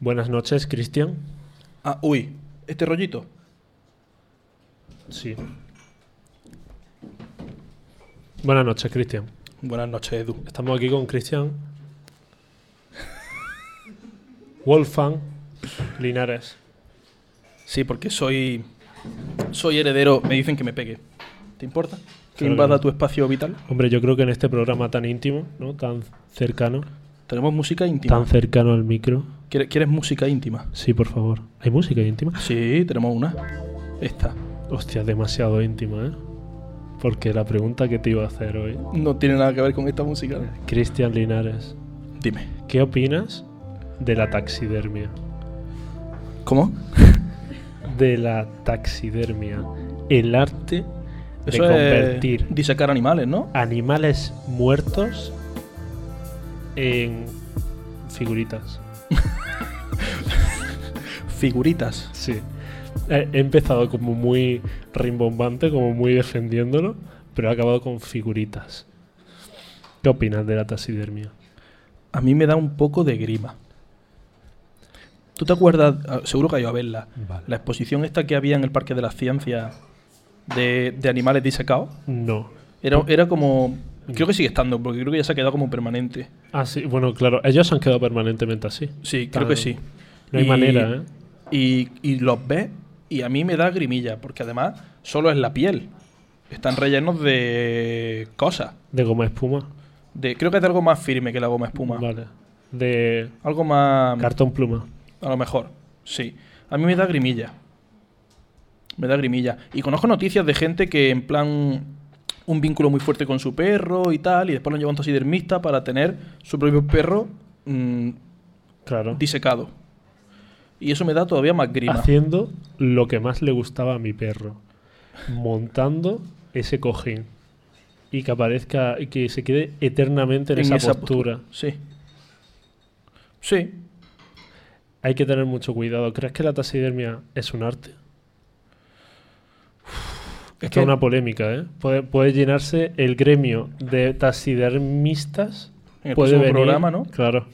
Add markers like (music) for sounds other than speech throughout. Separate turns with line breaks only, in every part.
Buenas noches, Cristian.
Ah, uy, este rollito.
Sí. Buenas noches, Cristian.
Buenas noches, Edu.
Estamos aquí con Cristian. Wolfgang Linares.
Sí, porque soy. Soy heredero. Me dicen que me pegue. ¿Te importa? Que
Claro que
invada
no.
tu espacio vital.
Hombre, yo creo que en este programa tan íntimo, ¿no? Tan cercano.
Tenemos música íntima.
Tan cercano al micro.
¿Quieres, quieres música íntima?
Sí, por favor. ¿Hay música íntima?
Sí, tenemos una. Esta.
Hostia, demasiado íntima, ¿eh? Porque la pregunta que te iba a hacer hoy,
No tiene nada que ver con esta música.
Cristian Linares,
Dime.
¿qué opinas de la taxidermia?
¿Cómo?
De la taxidermia, el arte de
Eso
convertir
es disecar animales, ¿no?
animales muertos en figuritas.
Figuritas.
Sí. He he empezado como muy rimbombante, como muy defendiéndolo, pero he acabado con figuritas. ¿Qué opinas de la taxidermia?
A mí me da un poco de grima. ¿Tú te acuerdas? ah, Seguro que ha ido a verla.
Vale.
La exposición esta que había en el Parque de las Ciencias de, de animales disecados.
No.
Era, era como. Creo que sigue estando, porque creo que ya se ha quedado como permanente.
Ah, sí, bueno, claro, ellos han quedado permanentemente así.
Sí, creo
Claro.
que sí.
No hay manera, ¿eh?
Y, y los ves, y a mí me da grimilla, porque además solo es la piel. Están rellenos de cosas.
De goma espuma.
De, creo que es de algo más firme que la goma espuma.
Vale. De
Algo más.
cartón pluma.
A lo mejor, sí. A mí me da grimilla. Me da grimilla. Y conozco noticias de gente que en plan un vínculo muy fuerte con su perro y tal, y después lo lleva a un taxidermista para tener su propio perro mm,
Claro.
disecado. Y eso me da todavía más grima.
Haciendo lo que más le gustaba a mi perro. Montando ese cojín. Y que aparezca, y que se quede eternamente en, esa, postura.
Sí. Sí.
Hay que tener mucho cuidado. ¿Crees que la taxidermia es un arte?
Es
Esto
que
es una polémica, ¿eh? Puede, puede llenarse el gremio de taxidermistas.
en el
puede
próximo
venir-
programa, ¿no?
Claro.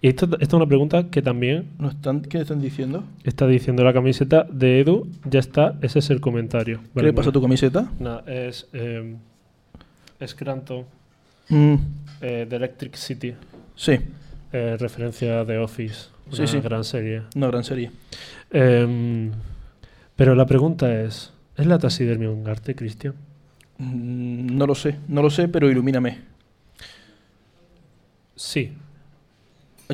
Y esto, esta es una pregunta que también
¿No están, ¿Qué están diciendo?
Está diciendo la camiseta de Edu, ya está, ese es el comentario.
¿Qué le pasa a tu camiseta?
Nada, es. Eh, es Scranton,
Mm,
eh, de Electric City,
sí,
eh, referencia de Office, una
Sí, sí.
gran serie.
una gran serie.
Em, pero la pregunta es: ¿es la taxidermia un arte, Cristian?
Mm, no lo sé, no lo sé, pero ilumíname.
Sí,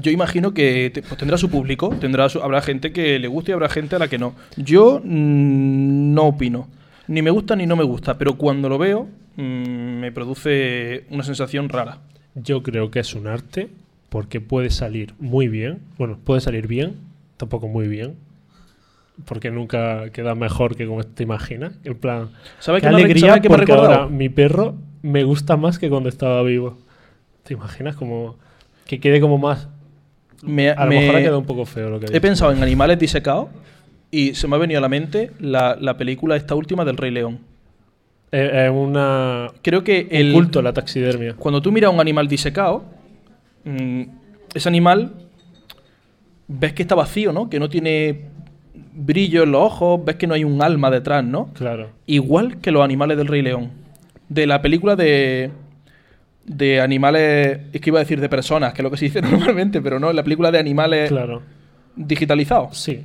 Yo imagino que te- pues tendrá su público, tendrá su- habrá gente que le guste y habrá gente a la que no. Yo mm, no opino. Ni me gusta ni no me gusta, pero cuando lo veo mm, me produce una sensación rara.
yo creo que es un arte porque puede salir muy bien. Bueno, puede salir bien, tampoco muy bien. Porque nunca queda mejor que como te imaginas. En plan,
¿Sabes
Qué
qué, me ha re-
alegría
sabes qué me ha
porque
recordado?
ahora mi perro me gusta más que cuando estaba vivo. ¿Te imaginas como que quede como más?
Me-
A lo
me-
mejor ha quedado un poco feo lo que
He
dice.
pensado en animales disecados y se me ha venido a la mente la, la película esta última del Rey León.
Eh, eh, una
Creo que el
culto a la taxidermia.
Cuando tú miras a un animal disecado, mm, ese animal ves que está vacío, ¿no? Que no tiene brillo en los ojos, ves que no hay un alma detrás, ¿no?
Claro.
Igual que los animales del Rey León. De la película de. de animales. Es que iba a decir de personas, que es lo que se dice (laughs) normalmente, pero no, en la película de animales
Claro.
digitalizados.
Sí.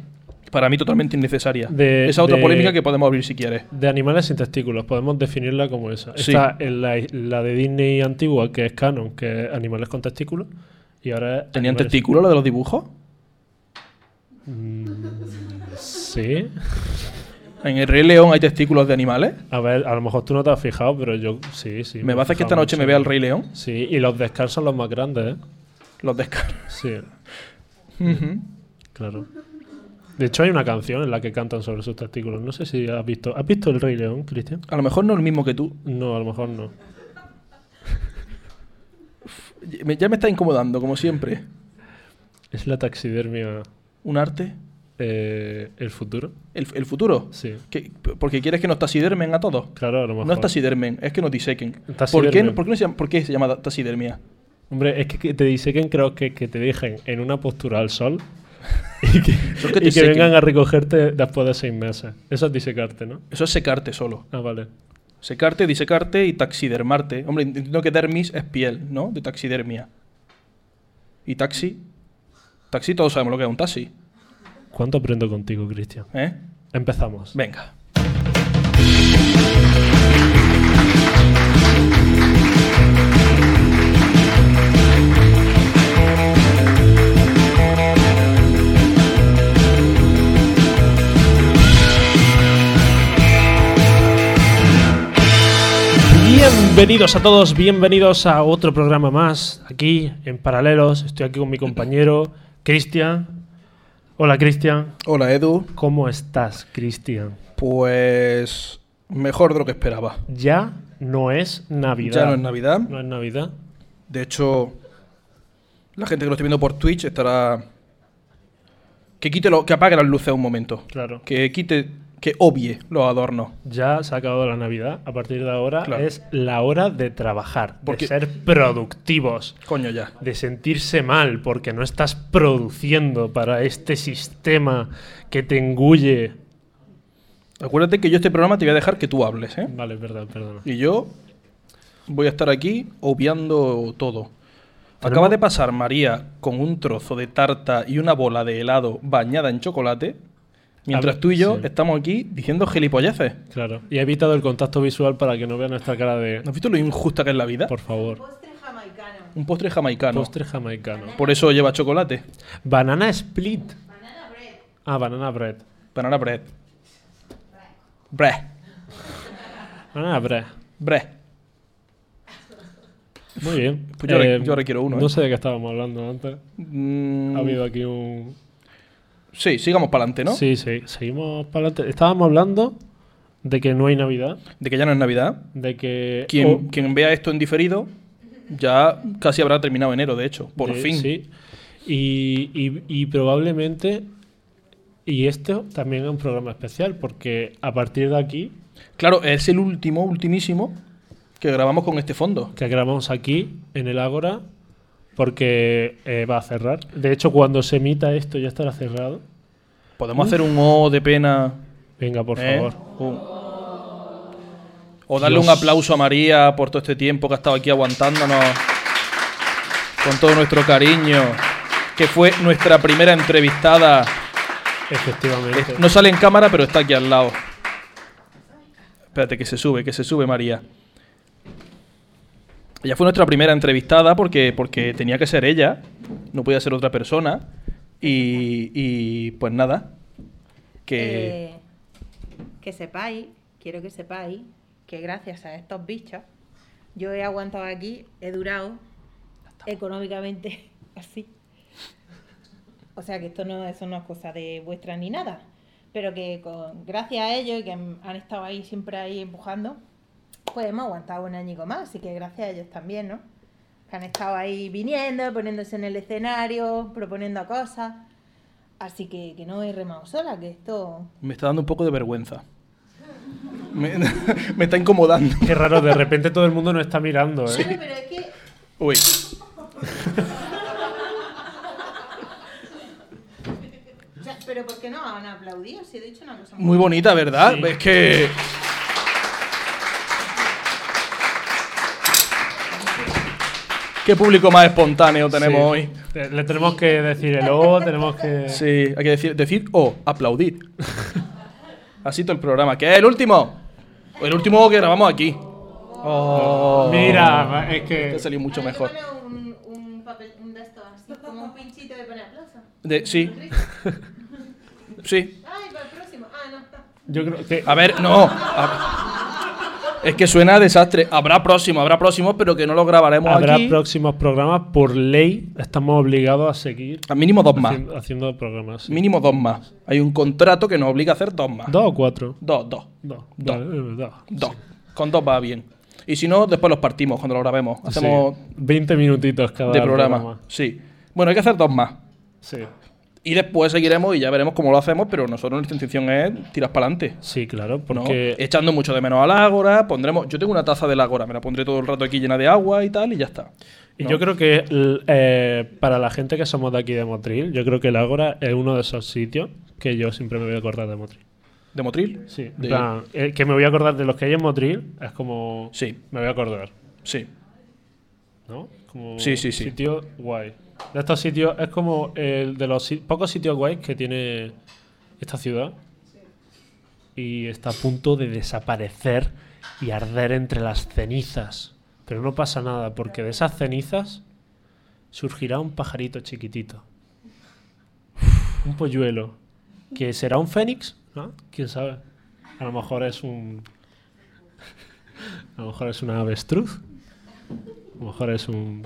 Para mí totalmente innecesaria.
De-
Esa otra
de-
polémica que podemos abrir si quieres.
De animales sin testículos, podemos definirla como esa.
Sí.
Está en la, la de Disney antigua, que es canon, que es animales con testículos. Y ahora. es
¿Tenían
animales-
testículos los de los dibujos?
Sí.
¿En el Rey León hay testículos de animales?
A ver, a lo mejor tú no te has fijado, pero yo sí, sí.
¿Me
he
va a hacer que esta
fijado
noche me
mucho.
vea el Rey León?
Sí, y los descalzos son los más grandes, ¿eh?
Los descaros.
Sí, claro. De hecho, hay una canción en la que cantan sobre sus testículos. No sé si has visto. ¿Has visto El Rey León, Cristian?
A lo mejor no el mismo que tú.
No, a lo mejor no.
Ya me- Ya me está incomodando, como siempre.
¿Es la taxidermia
¿Un arte?
eh, el futuro?
¿El, el futuro?
Sí.
¿Qué- p- Porque quieres que nos tasidermen a todos.
Claro, a lo mejor.
No es tasidermen, es que nos disequen. ¿Por qué,
Tasidermen.
no- por, qué no se llama, por qué se llama tasidermia?
Hombre, es que que te disequen, creo que, que te dejen en una postura al sol y que,
Eso es que te
(laughs) y que
seque.
vengan a recogerte después de seis meses. Eso es disecarte, ¿no?
Eso es secarte solo.
Ah, vale.
Secarte, disecarte y taxidermarte. Hombre, entiendo que dermis es piel, ¿no? De taxidermia. Y taxi. Taxi, todos sabemos lo que es un taxi.
¿Cuánto aprendo contigo, Cristian?
¿Eh?
Empezamos.
Venga.
Bienvenidos a todos, bienvenidos a otro programa más. Aquí en Paralelos, estoy aquí con mi compañero Cristian. Hola, Cristian.
Hola, Edu.
¿Cómo estás, Cristian?
Pues. Mejor de lo que esperaba.
Ya no es Navidad.
Ya no es Navidad.
No es Navidad.
De hecho, la gente que lo esté viendo por Twitch estará. Que quite lo, que apague las luces un momento.
Claro.
Que quite. Que obvie los adornos.
Ya se ha acabado la Navidad. A partir de ahora
Claro.
es la hora de trabajar,
Porque-
de ser productivos,
Coño ya.
de sentirse mal porque no estás produciendo para este sistema que te engulle.
Acuérdate que yo este programa te voy a dejar que tú hables, ¿eh?
Vale, perdón, perdón.
Y yo voy a estar aquí obviando todo. Acaba
Tenemos-
de pasar María con un trozo de tarta y una bola de helado bañada en chocolate. Mientras
Ah,
tú y yo
sí.
estamos aquí diciendo gilipolleces.
Claro. Y he evitado el contacto visual para que no vean nuestra cara de.
¿No has visto lo injusta que es la vida?
Por favor.
Postre jamaicano.
Un postre jamaicano.
Postre jamaicano.
Por eso lleva chocolate.
Banana split.
Banana bread.
Ah, banana bread.
Banana bread. Bread.
Banana bread.
Bread.
Muy bien.
Pues yo ahora- yo ahora quiero uno,
No
¿eh?
sé de qué estábamos hablando antes.
Mm,
Ha habido aquí un.
Sí, sigamos para adelante, ¿no?
Sí, sí, seguimos para adelante. Estábamos hablando de que no hay Navidad,
De que ya no es Navidad.
de que.
Quien,
o-
quien vea esto en diferido, ya casi habrá terminado enero, de hecho. Por
de-
fin.
Sí. Y, y- y probablemente. Y esto también es un programa especial, porque a partir de aquí,
Claro, es el último, ultimísimo que grabamos con este fondo.
que grabamos aquí, en el Ágora, porque eh, va a cerrar. De hecho, cuando se emita esto ya estará cerrado.
Podemos hacer un O de pena.
Venga, por
¿eh?
favor.
Un- O darle un
Dios.
aplauso a María por todo este tiempo que ha estado aquí aguantándonos. Con todo nuestro cariño. Que fue nuestra primera entrevistada.
Efectivamente.
Es- No sale en cámara, pero está aquí al lado. Espérate, que se sube, que se sube María. Ella fue nuestra primera entrevistada porque, porque tenía que ser ella, no podía ser otra persona. Y, y, pues nada, que
Eh, que sepáis, quiero que sepáis que gracias a estos bichos yo he aguantado aquí, he durado económicamente (laughs) así. O sea que esto no, eso no es cosa de vuestra ni nada. Pero que con, gracias a ellos y que han estado ahí siempre ahí empujando, pues hemos aguantado un añico más. Así que gracias a ellos también, ¿no? Que han estado ahí viniendo, poniéndose en el escenario, proponiendo cosas. Así que, que no he remado sola, que esto.
me está dando un poco de vergüenza. Me, (laughs) me está incomodando.
(laughs) Qué raro, de repente todo el mundo nos está mirando, ¿eh?
Claro, pero es que.
Uy.
o sea, pero ¿por qué no han aplaudido? Si he dicho una cosa
Muy bonita, ¿verdad?
Sí.
Es que. Qué público más espontáneo tenemos hoy.
Sí. Te- Le tenemos que decir el O, tenemos que.
Sí, hay que decir, decir o aplaudir. Así todo el programa, que es el último. El último que grabamos aquí. Oh,
Mira, es
Este
que.
salió mucho mejor.
Un, un papel, un de estos así, como un pinchito de poner aplauso.
De- sí. (laughs) Sí.
Ay, para el próximo. Ah, no está.
Yo creo que.
A ver, no. A- Es que suena a desastre. Habrá próximo, habrá próximo, pero que no lo grabaremos
Habrá
aquí.
próximos programas. Por ley, estamos obligados a seguir
A Ah, mínimo dos más.
haci- haciendo programas. sí.
Mínimo dos más. Hay un contrato que nos obliga a hacer dos más.
¿Dos o cuatro?
Dos, dos.
Dos.
Dos.
Vale, eh, dos.
Dos. Con dos va bien. Y si no, después los partimos cuando lo grabemos. Hacemos
Sí. 20 minutitos cada
de programa. Sí. Bueno, hay que hacer dos más.
Sí.
Y Y después seguiremos y ya veremos cómo lo hacemos, pero nosotros nuestra intención es tirar para adelante.
Sí, claro,
¿no?
porque
Echando mucho de menos a la ágora, pondremos. Yo tengo una taza de la ágora, me la pondré todo el rato aquí llena de agua y tal, y ya está.
Y
¿no?
yo creo que l- eh, para la gente que somos de aquí de Motril, yo creo que el Ágora es uno de esos sitios que yo siempre me voy a acordar de Motril.
¿De Motril?
Sí, en
De-
plan, eh, que me voy a acordar de los que hay en Motril, es como.
Sí.
Me voy a acordar,
Sí.
¿no? Como
Sí, sí, sí.
sitio guay. De estos sitios, es como el de los si- pocos sitios guays que tiene esta ciudad. Y está a punto de desaparecer y arder entre las cenizas. Pero no pasa nada, porque de esas cenizas surgirá un pajarito chiquitito. Un polluelo. Que será un fénix, ¿no? ¿Quién sabe? A lo mejor es un... A lo mejor es una avestruz. A lo mejor es un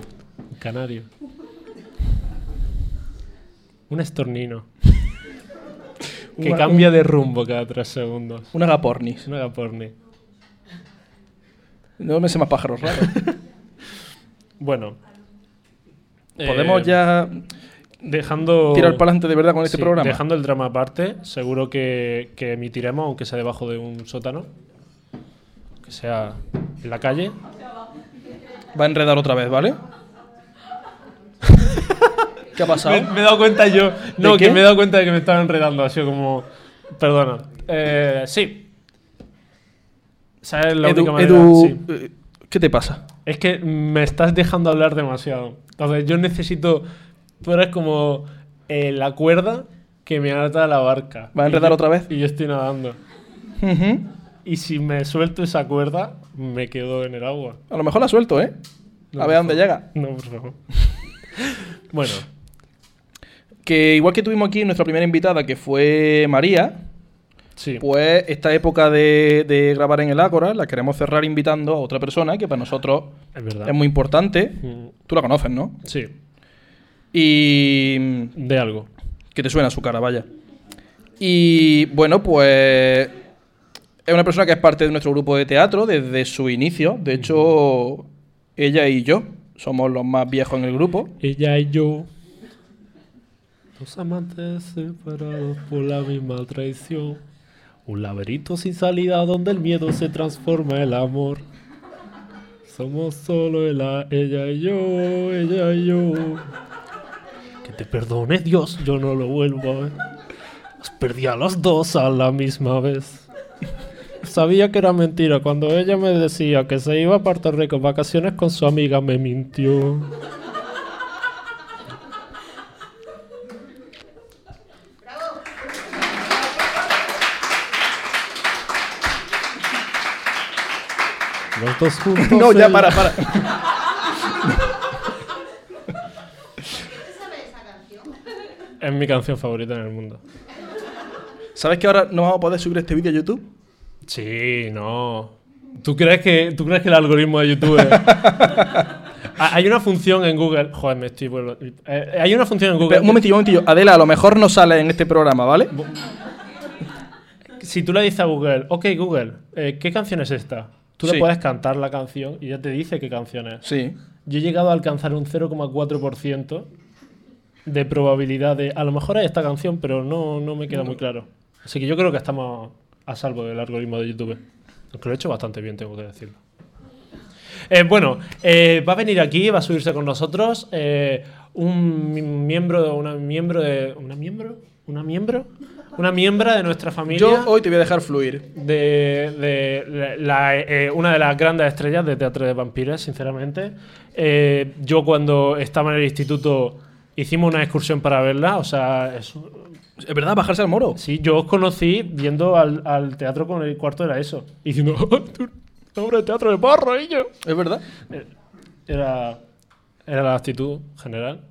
canario. Un estornino. Que
Una-
cambia de rumbo cada tres segundos.
Una
Es
gapornis.
una gaporni.
No me sé más pájaros raros.
Bueno. (laughs)
Podemos
eh,
ya
Dejando...
tirar para adelante de verdad con este
Sí,
programa.
Dejando el drama aparte, seguro que, que emitiremos, aunque sea debajo de un sótano, que sea en la calle.
Va a enredar otra
(laughs)
vez, ¿vale? ¿Qué ha pasado?
he dado cuenta yo. No,
qué?
que me he dado cuenta de que me estaba enredando, ha sido como. Perdona. Eh, sí. Esa es la
Edu,
única manera,
Edu,
sí.
eh, ¿qué te pasa?
Es que me estás dejando hablar demasiado. Entonces, yo necesito. Tú eres como eh, la cuerda que me ata a la barca.
¿Va a
Y
enredar
yo-
otra vez?
Y yo estoy nadando.
Ujú.
Y si me suelto esa cuerda, me quedo en el agua.
A lo mejor la suelto, ¿eh?
No,
a ver a dónde llega.
No, por favor. (laughs) bueno,
Que igual que tuvimos aquí nuestra primera invitada, que fue María,
sí.
pues esta época de, de grabar en el Ágora la queremos cerrar invitando a otra persona que para nosotros
es verdad.
es muy importante.
Mm,
Tú la conoces, ¿no?
Sí,
Y. mm,
de algo.
Que te suena su cara, vaya. Y bueno, pues. Es una persona que es parte de nuestro grupo de teatro desde su inicio. De hecho, ella y yo somos los más viejos en el grupo.
Ella y yo, dos amantes separados por la misma traición. Un laberinto sin salida donde el miedo se transforma el amor. Somos solo el a- ella y yo, ella y yo. Que te perdone Dios, yo no lo vuelvo a ver. Os perdí a los dos a la misma vez. Sabía que era mentira cuando ella me decía que se iba a Puerto Rico en vacaciones con su amiga, me mintió. Los dos juntos.
(laughs) No, ya
en
para,
la-
para.
Es mi canción favorita en el mundo.
¿Sabes que ahora no vamos a poder subir este vídeo a YouTube?
Sí, no. ¿Tú crees que, tú crees que el algoritmo de YouTube...
(laughs)
es- Ha- hay una función en Google... Joder, me estoy... vuelvo- eh, hay una función en Google...
Pero, un momentillo, un momentillo. Adela, a lo mejor no sale en este programa, ¿vale?
Si tú le dices a Google, ok Google, eh, ¿qué canción es esta? Tú
Sí.
le puedes cantar la canción y ya te dice qué canción es.
Sí.
Yo he llegado a alcanzar un 0,4% de probabilidad de... A lo mejor es esta canción, pero no, no me queda muy claro. Así que yo creo que estamos a salvo del algoritmo de YouTube. Que lo he hecho bastante bien, tengo que decirlo. Eh, bueno, eh, va a venir aquí, va a subirse con nosotros eh, un mi- miembro, una miembro de... ¿Una miembro? ¿Una miembro? Una miembra de nuestra familia
Yo hoy te voy a dejar fluir.
de, de la- la, eh, una de las grandes estrellas de teatro de vampiros, sinceramente. Eh, yo cuando estaba en el instituto hicimos una excursión para verla, o sea, es-
¿Es verdad? ¿Bajarse al moro?
sí, yo os conocí viendo al, al teatro con el cuarto de la ESO y diciendo, "Ah, tú, una obra de teatro de barro, y yo.
¿Es verdad?
Era, era la actitud general,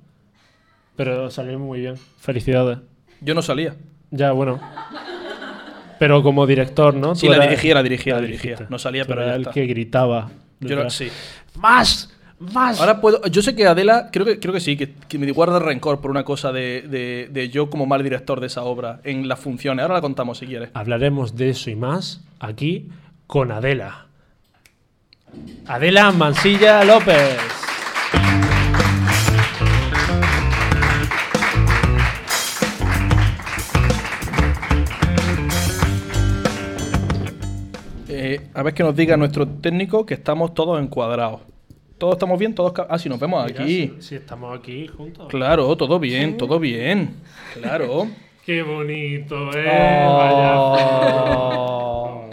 pero salió muy bien. Felicidades.
Yo no salía.
Ya, bueno. Pero como director, ¿no?
Sí,
Tú
la
eras-
dirigía, la dirigía, la dirigía.
Dijiste.
No salía,
Tú
pero
eras
ya
el
está.
que gritaba.
Yo no,
detrás.
sí.
¡Más! ¡Más!
Ahora puedo. Yo sé que Adela, creo que, creo que sí, que, que me guarda rencor por una cosa de, de- de yo como mal director de esa obra en las funciones. Ahora la contamos si quieres.
Hablaremos de eso y más aquí con Adela. Adela Mansilla López.
Eh, A ver que nos diga nuestro técnico que estamos todos encuadrados. Todos estamos bien, todos. ca- Ah, si nos vemos
Mira,
aquí.
Si, si estamos aquí juntos.
Claro, todo bien, todo bien. Claro.
Qué bonito, (laughs) eh.
Oh.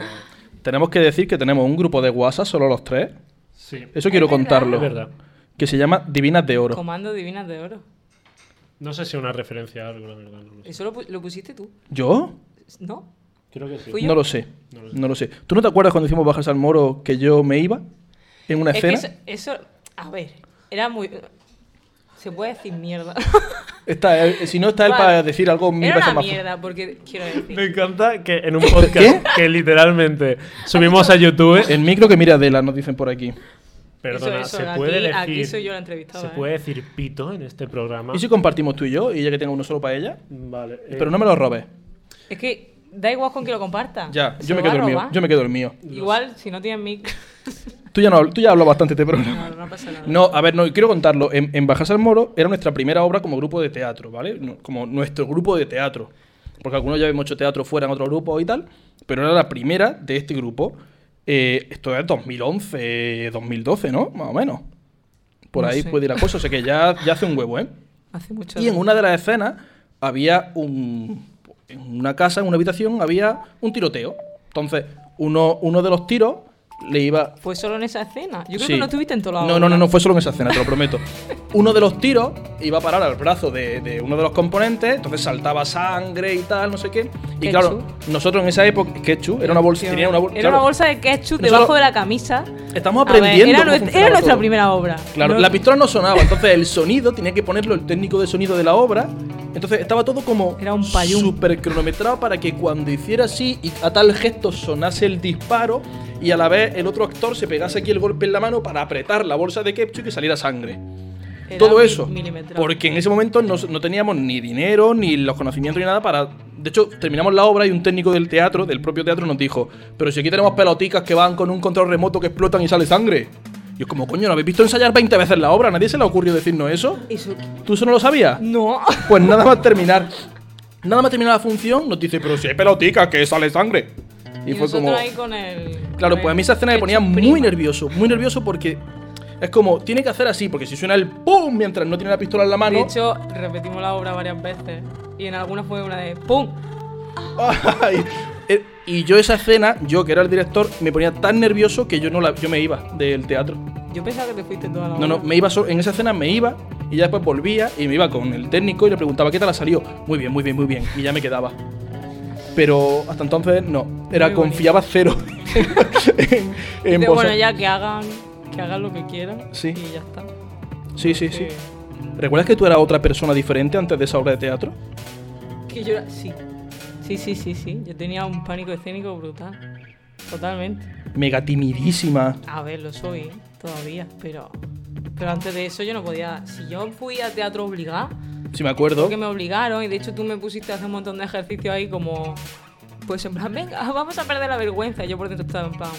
Tenemos que decir que tenemos un grupo de WhatsApp, solo los tres.
Vaya.
(laughs)
Sí. Es
Eso quiero
verdad.
contarlo.
verdad.
Que se llama Divinas de Oro.
Comando Divinas de Oro.
No sé si es una referencia a algo, la verdad. No lo sé.
Eso lo, pu- lo pusiste tú,
¿Yo?
¿no?
Creo que sí.
Fui yo.
No lo sé.
No lo sé.
No lo sé. ¿Tú no te acuerdas cuando hicimos Bajas al Moro que yo me iba? En una
es
escena.
que eso, eso- a ver, era muy... Se puede
(laughs)
decir mierda.
Está él- si no está él
Vale.
para decir algo mil
Era
veces
una
más.
mierda, porque quiero
Me
decir...
encanta que en un podcast que literalmente subimos a YouTube.
El micro que mira Adela, nos dicen por aquí.
Perdona,
eso,
se
aquí-
puede decir.
aquí soy yo la entrevistada,
Se
¿eh?
puede decir pito en este programa.
¿Y si compartimos tú y yo? Y ella que tenga uno solo para ella.
Vale. eh,
Pero no me lo robes.
Es que da igual con que lo comparta.
Ya,
Se
yo me
lo va
quedo el
a
mío.
robar.
Yo me quedo el mío.
Igual, si no tienes mic...
Tú ya, no, habl- tú ya hablas bastante de este programa.
(laughs) no, no pasa nada.
No, a ver, no, quiero contarlo. En, en Bajas al Moro era nuestra primera obra como grupo de teatro, ¿vale? No- Como nuestro grupo de teatro. Porque algunos ya habíamos hecho teatro fuera en otro grupo y tal, pero era la primera de este grupo. Eh, esto es 2011, 2012, ¿no? Más o menos. Por
No
ahí
sé.
puede ir la cosa, o sea que ya, ya hace un huevo,
(laughs)
¿eh?
Hace mucho
Y en
daño.
una de las escenas había un. En una casa, en una habitación, había un tiroteo. Entonces, uno, uno de los tiros le iba.
Fue solo en esa escena. Yo creo
Sí.
que no estuviste en toda la
No,
obra.
no, no, no fue solo en esa escena, te lo prometo. Uno de los tiros iba a parar al brazo de, de uno de los componentes, entonces saltaba sangre y tal, no sé qué. Y
Ketchup.
claro, nosotros en esa época, Ketchup, era una bolsa,
Tío,
tenía una bolsa.
Era una bolsa de
Nosotros-
ketchup debajo de la camisa.
Estamos
A ver,
aprendiendo.
era
cómo
nuestra,
funcionaba
era nuestra
todo.
primera obra.
Claro,
No-
la pistola no sonaba, entonces el sonido tenía que ponerlo el técnico de sonido de la obra. Entonces estaba todo como
Era un payún.
super cronometrado para que cuando hiciera así y a tal gesto sonase el disparo y a la vez el otro actor se pegase aquí el golpe en la mano para apretar la bolsa de ketchup y que saliera sangre.
era
todo
mi-
eso.
milimetrado.
Porque en ese momento no, no teníamos ni dinero, ni los conocimientos, ni nada para... De hecho, terminamos la obra y un técnico del teatro, del propio teatro, nos dijo, pero si aquí tenemos peloticas que van con un control remoto que explotan y sale sangre. Y es como, coño, ¿no habéis visto ensayar 20 veces la obra? ¿A ¿Nadie se le ha ocurrido decirnos eso?
Eso-
¿Tú eso no lo sabías?
No.
Pues nada más terminar. Nada más terminar la función, nos dice, pero si hay peloticas que sale sangre. Y,
Y,
fue
nosotros
como...
ahí con el.
Claro,
con
pues a
el
mí esa escena me ponía
ketchup
muy
prima.
nervioso, muy nervioso porque es como, tiene que hacer así, porque si suena el ¡pum! mientras no tiene la pistola en la
De
mano,
hecho, repetimos la obra varias veces. Y en alguna fue una de ¡Pum!
(laughs) ¡ay! Eh, y yo esa escena, yo que era el director, me ponía tan nervioso que yo no la, yo me iba del teatro.
Yo pensaba que te fuiste toda la
No,
obra.
no, me iba solo- en esa escena me iba y ya después volvía y me iba con el técnico y le preguntaba qué tal ha salido. Muy bien, muy bien, muy bien. Y ya me quedaba. Pero hasta entonces no, era
Muy bonito.
confiaba cero (laughs) en, en
De,
vos-
bueno, ya que hagan, que hagan lo que quieran.
Sí.
Y ya está.
Sí, sí, sí.
Que-
¿Recuerdas que tú eras otra persona diferente antes de esa obra de teatro?
Que yo era- Sí. Sí, sí, sí, sí. Yo tenía un pánico escénico brutal. Totalmente.
Mega timidísima.
A ver, lo soy ¿eh? todavía, pero. Pero antes de eso yo no podía. Si yo fui a teatro obligada,
Si me acuerdo.
porque me obligaron, y de hecho tú me pusiste a hacer un montón de ejercicios ahí como. Pues en plan, venga, (laughs) vamos a perder la vergüenza. Yo por dentro estaba en plan.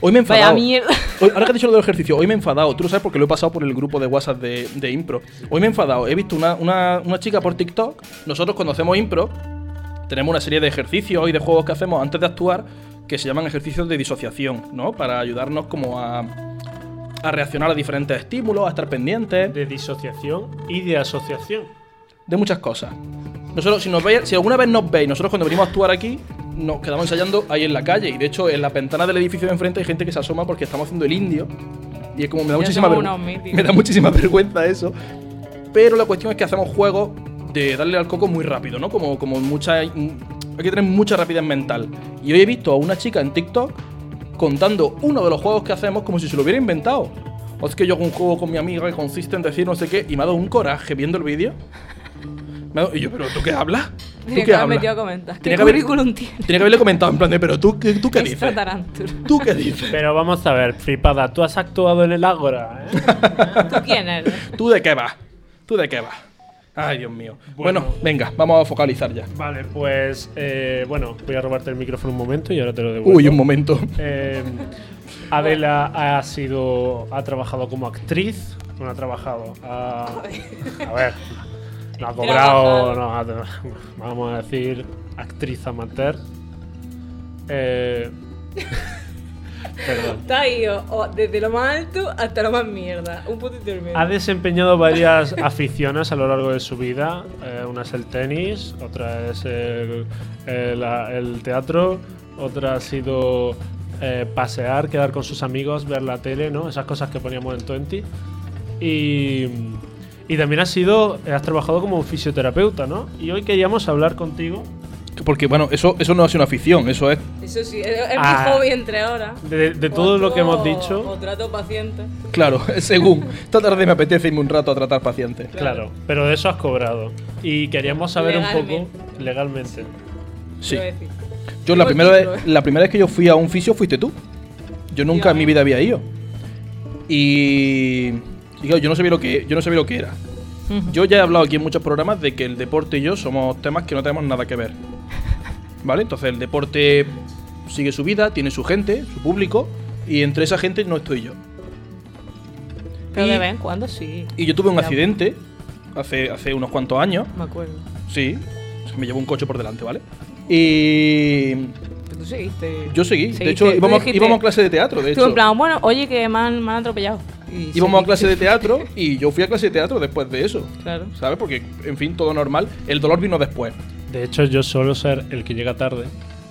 Hoy me he enfadado.
Vaya mierda.
Hoy- ahora que te he dicho lo del ejercicio, hoy me he enfadado. Tú lo sabes porque lo he pasado por el grupo de WhatsApp de, de impro. Hoy me he enfadado. He visto una, una- una chica por TikTok. Nosotros cuando hacemos impro, tenemos una serie de ejercicios y de juegos que hacemos antes de actuar que se llaman ejercicios de disociación, ¿no? Para ayudarnos como a, a reaccionar a diferentes estímulos, a estar pendientes.
De disociación y de asociación.
de muchas cosas. Nosotros, si, nos veis, si alguna vez nos veis, nosotros cuando venimos a actuar aquí, nos quedamos ensayando ahí en la calle. Y de hecho, en las ventanas del edificio de enfrente hay gente que se asoma porque estamos haciendo el indio. Y es como, me da,
Ya
muchísima,
somos
vergü-
unos míticos.
(laughs) me da muchísima vergüenza eso. Pero la cuestión es que hacemos juegos de darle al coco muy rápido, ¿no? Como, como mucha. Hay que tener mucha rapidez mental. Y hoy he visto a una chica en TikTok contando uno de los juegos que hacemos como si se lo hubiera inventado. O es que yo hago un juego con mi amiga que consiste en decir no sé qué y me ha dado un coraje viendo el vídeo. Me ha dado- y yo, ¿pero tú qué hablas?
(laughs)
¿Tú
Tenía
qué
que haber metido a
hablas?
comentar.
Tenía
¿Qué
que haber- (laughs)
currículum tiene?
Tenía que haberle comentado en plan de, ¿pero tú, qué- tú qué
Esta
dices? (laughs)
tarántula.
¿Tú qué dices?
Pero vamos a ver, flipada, tú has actuado en el Ágora, ¿eh?
(laughs)
¿Tú quién eres?
¿Tú de qué vas? ¿Tú de qué vas? Ay, Dios mío. Bueno, venga, vamos a focalizar ya.
Vale, pues eh, bueno, voy a robarte el micrófono un momento y ahora te lo devuelvo.
Uy, un momento.
Eh, Adela ha sido, ha trabajado como actriz, bueno, ha trabajado, ha- a ver, no ha cobrado, no, ha- vamos a decir, actriz amateur. Eh, (laughs) Perdón.
Te ha ido o desde lo más alto hasta lo más mierda. Un puto intermedio.
Ha desempeñado varias (laughs) aficiones a lo largo de su vida. Eh, una es el tenis, otra es el, el- la- el teatro, otra ha sido eh, pasear, quedar con sus amigos, ver la tele, ¿no? Esas cosas que poníamos en Twenty. Y, y también has sido, eh, has trabajado como fisioterapeuta, ¿no? Y hoy queríamos hablar contigo
Porque, bueno, eso, eso no es una afición, eso es.
Eso sí, es, es
Ah.
mi hobby entre horas.
de, de todo lo que hemos dicho.
O trato paciente.
Claro, (laughs) según. Esta tarde me apetece irme un rato a tratar pacientes.
Claro, pero de eso has cobrado. Y queríamos saber un poco
Legalmente.
legalmente.
Sí.
quiero decir.
Yo la
Tengo
primera,
el
vez,
título,
la primera vez que yo fui a un fisio fuiste tú. Yo nunca
Ya.
en mi vida había ido. Y, y claro, yo no sabía lo que yo no sabía lo que era. Yo ya he hablado aquí en muchos programas de que el deporte y yo somos temas que no tenemos nada que ver. ¿Vale? Entonces el deporte sigue su vida, tiene su gente, su público, y entre esa gente no estoy yo.
Pero
Y-
de vez en cuando sí.
Y yo tuve un
Ya.
accidente hace, hace unos cuantos años.
Me acuerdo.
Sí, se me llevó un coche por delante, ¿vale? Y
Pero tú seguiste.
yo seguí. De
Seguiste,
hecho,
tú
íbamos,
dijiste-
íbamos a clase de teatro, de
Estuve
hecho.
en plan, bueno, oye, que me han, me han atropellado. Y
Íbamos a
seguí.
clase de teatro y yo fui a clase de teatro después de eso.
Claro.
¿Sabes? Porque, en fin, todo normal. El dolor vino después. (laughs)
De hecho, yo suelo ser el que llega tarde.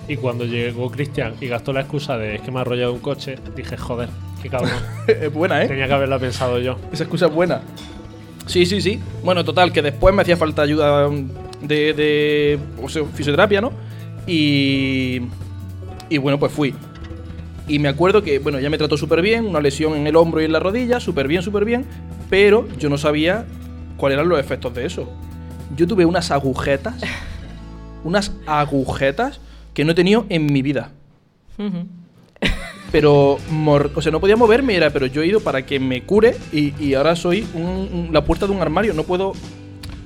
Y cuando llegó Cristian y gastó la excusa de es que me ha arrollado un coche, dije, joder, qué cabrón.
(laughs) es buena, ¿eh?
Tenía que haberla pensado yo.
Esa excusa es buena. Sí, sí, sí. Bueno, total, que después me hacía falta ayuda mm, de, de o sea, fisioterapia, ¿no? Y, y bueno, pues fui. Y me acuerdo que, bueno, ya me trató súper bien, una lesión en el hombro y en la rodilla, súper bien, súper bien, pero yo no sabía cuáles eran los efectos de eso. Yo tuve unas agujetas, unas agujetas que no he tenido en mi vida.
Ujú.
Pero, mor- o sea, no podía moverme, era, pero yo he ido para que me cure y, y ahora soy un- un- la puerta de un armario. No puedo,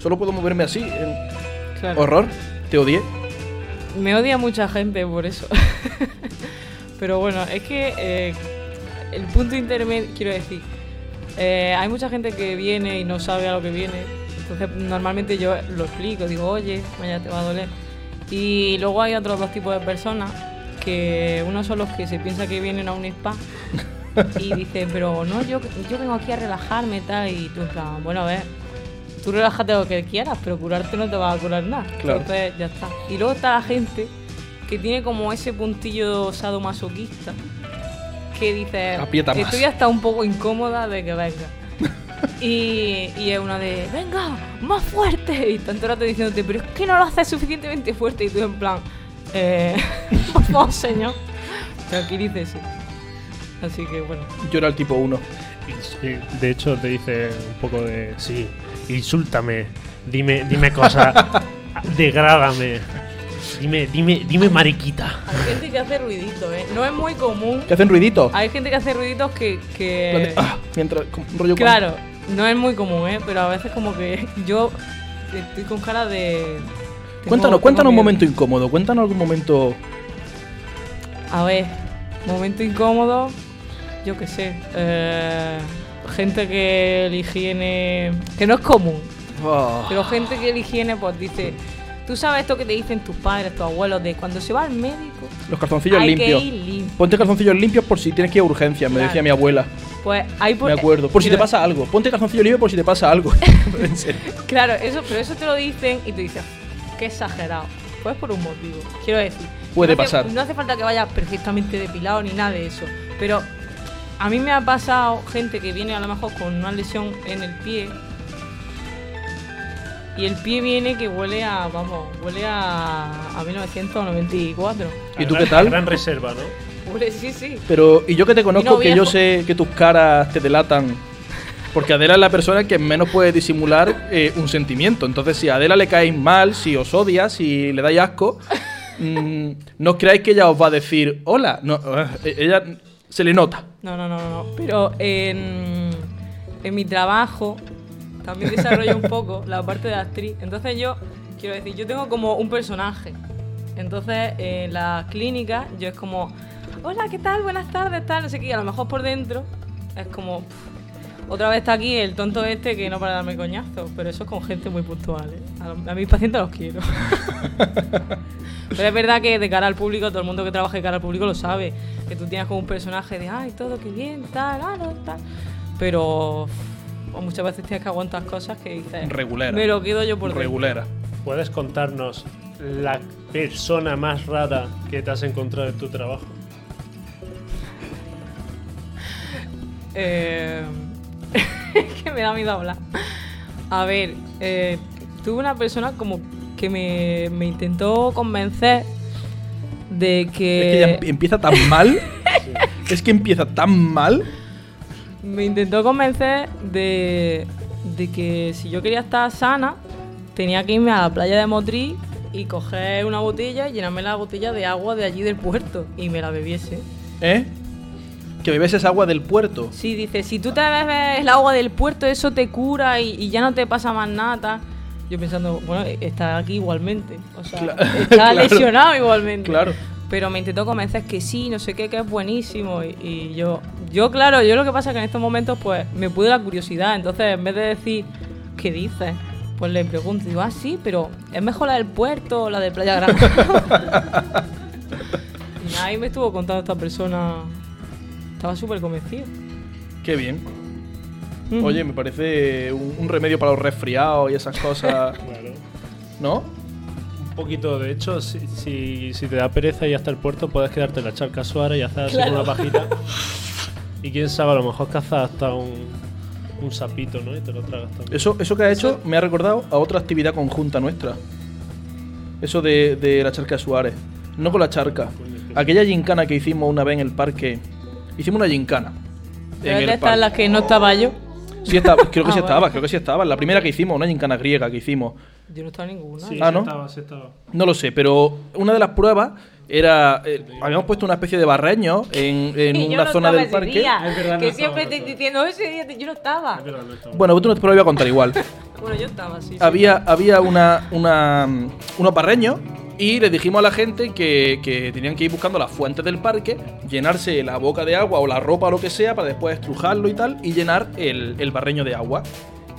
solo puedo moverme así. en-
Claro.
Horror, te odié.
Me odia mucha gente por eso. (laughs) Pero bueno, es que eh, el punto intermedio, quiero decir, eh, hay mucha gente que viene y no sabe a lo que viene. Entonces normalmente yo lo explico, digo, oye, mañana te va a doler. Y luego hay otros dos tipos de personas que unos son los que se piensa que vienen a un spa y dicen, pero no, yo, yo vengo aquí a relajarme y tal. Y tú en plan, bueno, a ver, tú relájate lo que quieras, pero curarte no te vas a curar nada.
Claro.
Entonces ya está. Y luego está la gente que tiene como ese puntillo sadomasoquista que dice,
Aprieta más.
estoy hasta un poco incómoda de
(laughs)
que venga. Y, y es una de, venga, más fuerte. Y tanto rato diciéndote, pero es que no lo haces suficientemente fuerte. Y tú en plan, eh, (laughs) por favor, señor, tranquilícese. Así que bueno.
Yo era el tipo 1.
Y- y de hecho, te dice un poco de. Sí, insúltame. Dime, dime cosas.
(laughs)
degrádame. Dime, dime, dime mariquita.
Hay gente que hace ruidito, ¿eh? No es muy común.
Que hacen ruiditos.
Hay gente que hace ruiditos que...
En plan
que
de, ah, mientras, como un rollo
eh. claro, no es muy común, ¿eh? Pero a veces como que yo estoy con cara de...
cuan- Cuéntanos,
tengo- tengo
cuéntanos un
miedo.
momento incómodo. Cuéntanos algún momento.
A ver, momento incómodo, yo qué sé. eh, gente que el higiene. que no es común,
Ah,
pero gente que el higiene, pues dice. Tú sabes esto que te dicen tus padres, tus abuelos, de cuando se va al médico.
los calzoncillos
hay
limpios.
que ir limpio.
Ponte calzoncillos limpios por si tienes que ir a urgencias, me
Claro.
decía mi abuela.
Pues hay
Me acuerdo. Por si te
Quiero-
pasa algo. Ponte calzoncillos limpios por si te pasa algo. (laughs) en serio.
Claro, eso, pero eso te lo dicen y tú dices, qué exagerado. Pues por un motivo. Quiero decir.
Puede
no hace-
pasar.
no hace falta que vayas perfectamente depilado ni nada de eso. Pero a mí me ha pasado gente que viene a lo mejor con una lesión en el pie. Y el pie viene que huele a, vamos, huele a, a 1994.
¿Y tú
Gran-
qué tal?
Gran reserva, ¿no?
Huele, sí, sí.
Pero, y yo que te conozco,
no,
que yo
viejo.
sé que tus caras te delatan. Porque Adela es la persona que menos puede disimular eh, un sentimiento. Entonces, si a Adela le caéis mal, si os odia, si le dais
(laughs)
asco, mm, no os creáis que ella os va a decir hola. No, eh, ella se le nota.
No, no, no, no. no. Pero en, en mi trabajo también desarrollo un poco la parte de actriz. Entonces yo, quiero decir, yo tengo como un personaje. Entonces en la clínica yo es como, hola, ¿qué tal? Buenas tardes, tal, no sé qué. Y a lo mejor por dentro es como, "Pff, otra vez está aquí el tonto este que no para de darme coñazo. Pero eso es con gente muy puntual. ¿eh? A, lo- a mis pacientes los
(laughs)
quiero. Pero es verdad que de cara al público, todo el mundo que trabaja de cara al público lo sabe. que tú tienes como un personaje de, ay, todo qué bien, tal, ah, no, tal. Pero o muchas veces tienes que aguantar cosas que dices.
Regulera.
Me lo quedo yo por dentro".
Regulera.
¿Puedes contarnos la persona más rara que te has encontrado en tu trabajo?
Eh, (laughs) que me da miedo hablar. A ver, eh, tuve una persona como que me, me intentó convencer de
Es que
que.
ya empieza tan
(laughs)
mal. es que empieza tan mal.
me intentó convencer de, de que si yo quería estar sana, tenía que irme a la playa de Motril y coger una botella y llenarme la botella de agua de allí del puerto y me la bebiese.
¿Eh? Que bebes esa agua del puerto.
Sí, dice, si tú te bebes el agua del puerto, eso te cura y, y ya no te pasa más nada. tal. Yo pensando, bueno, está aquí igualmente. O sea,
Cla-
está
(laughs) claro.
lesionado igualmente.
Claro.
Pero me intentó convencer que sí, no sé qué, que es buenísimo. Y, y yo, yo, claro, yo lo que pasa es que en estos momentos, pues, me pude la curiosidad. Entonces, en vez de decir, ¿qué dices? Pues le pregunto, digo, ah, sí, pero ¿es mejor la del puerto o la de Playa Grande?
(laughs)
y ahí me estuvo contando esta persona. Estaba súper convencido.
Qué bien.
Ujú.
Oye, me parece un, un remedio para los resfriados y esas
(laughs)
cosas.
Bueno,
¿No?
un poquito, de hecho, si, si, si te da pereza y hasta el puerto, puedes quedarte en la charca suara y hacer así con una
(laughs)
pajita. y quién sabe, a lo mejor cazas hasta un, un sapito, ¿no? Y te lo tragas también.
Eso, eso que ha hecho me ha recordado a otra actividad conjunta nuestra. Eso de, de la charca Suárez. No con la charca. Aquella gincana que hicimos una vez en el parque. Hicimos una gincana.
Pero
en
de
el
estas
parque.
en las que no estaba yo.
Sí
(laughs)
estaba, creo que
Ah,
sí
vale.
estaba, creo que sí estaba. La primera que hicimos, una gincana griega que hicimos.
Yo no estaba en ninguna.
Sí,
Ah,
sí
¿no?
estaba, sí estaba.
No lo sé, pero una de las pruebas era. eh, habíamos puesto una especie de barreño en, en
Y yo
una
no
zona
estaba
del
ese
parque.
día,
Es verdad, no
que
estaba,
siempre
no
te
estaba.
diciendo ese día te- yo no estaba.
Es verdad, no estaba.
Bueno, tú no te lo voy a contar igual.
Bueno, yo estaba, sí. sí.
había, había una, una, mm, unos barreños y le dijimos a la gente que, que tenían que ir buscando las fuentes del parque, llenarse la boca de agua o la ropa o lo que sea para después estrujarlo y tal y llenar el, el barreño de agua.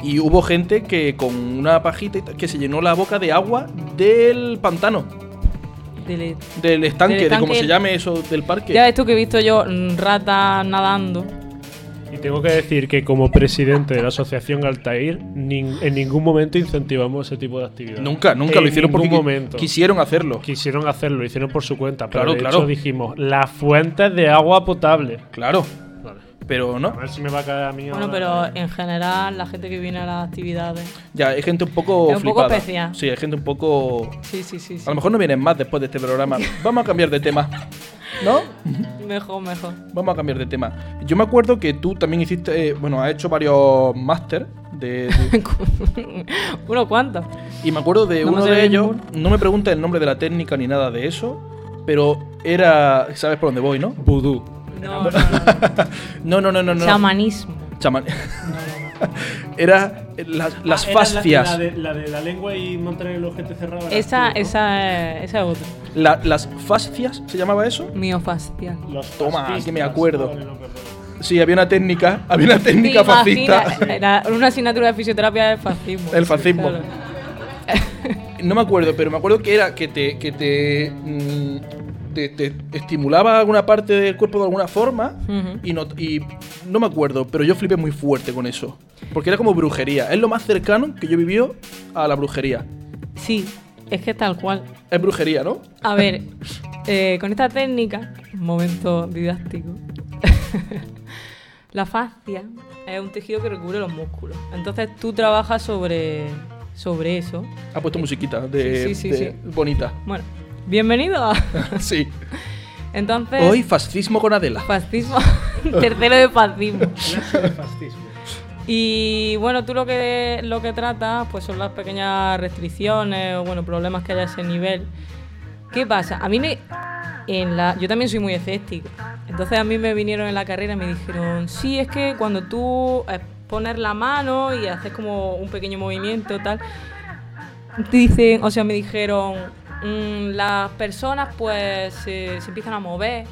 Y hubo gente que con una pajita y tal, que se llenó la boca de agua del pantano,
Dele-
del estanque, de como
estanque.
se llame eso del parque.
Ya ves tú que he visto yo mm, ratas nadando.
Y tengo que decir que como presidente de la asociación Altair, nin- en ningún momento incentivamos ese tipo de actividad.
Nunca, nunca
En
lo hicieron porque
ningún
qui-
momento.
quisieron hacerlo.
Quisieron hacerlo, lo hicieron por su cuenta. Pero
Claro,
de
claro.
hecho dijimos, las fuentes de agua potable.
Claro,
Vale.
pero
A
no.
ver si me va a caer a mí
Bueno, pero
ahora.
en general, la gente que viene a las actividades.
Ya, hay gente un poco
Es un poco
flipada.
especial.
Sí, hay gente un poco
Sí, sí, sí. sí.
A lo mejor no vienen más después de este programa. Vamos a cambiar de tema. ¿No?
Mejor, mejor.
Vamos a cambiar de tema. Yo me acuerdo que tú también hiciste, eh, bueno, has hecho varios máster de, de-
Uno cuantos.
y me acuerdo de
No me
uno
sé
de ellos,
ninguno.
no me preguntes el nombre de la técnica ni nada de eso, pero era, ¿sabes por dónde voy, no? Vudú.
No, no, no.
No, no, no, (laughs) no, no.
Chamanismo.
Chamán. (laughs) era la- las fascias.
Ah, La, de, la lengua y montar el ojete cerrado.
Esa, esa, es- esa es otra.
La- las fascias, ¿se llamaba eso?
Miofascial.
Toma, que me acuerdo. Sí, había una técnica, había una técnica
¿Te imaginas?
fascista.
Era una asignatura de fisioterapia del fascismo.
El fascismo.
Claro.
No me acuerdo, pero me acuerdo que era que te. que te. mm, te, te estimulaba alguna parte del cuerpo de alguna forma.
Ujú.
Y no, y no me acuerdo, pero yo flipé muy fuerte con eso. Porque era como brujería. Es lo más cercano que yo viví a la brujería.
Sí, es que tal cual.
Es brujería, ¿no?
A ver, eh, con esta técnica, un momento didáctico, (laughs) la fascia es un tejido que recubre los músculos. Entonces tú trabajas sobre, sobre eso.
Ha puesto musiquita de,
Sí, sí, sí,
de-
sí.
bonita. (laughs)
Bueno, bienvenido a...
sí.
Entonces,
Hoy fascismo con Adela.
fascismo, (laughs) tercero de fascismo.
fascismo.
Y bueno, tú lo que, lo que tratas pues son las pequeñas restricciones o bueno, problemas que haya a ese nivel. ¿Qué pasa? A mí me. En la, yo también soy muy escéptico. Entonces a mí me vinieron en la carrera y me dijeron: Sí, es que cuando tú eh, pones la mano y haces como un pequeño movimiento, tal. Te dicen, o sea, me dijeron: "Mm, Las personas pues se- se empiezan a mover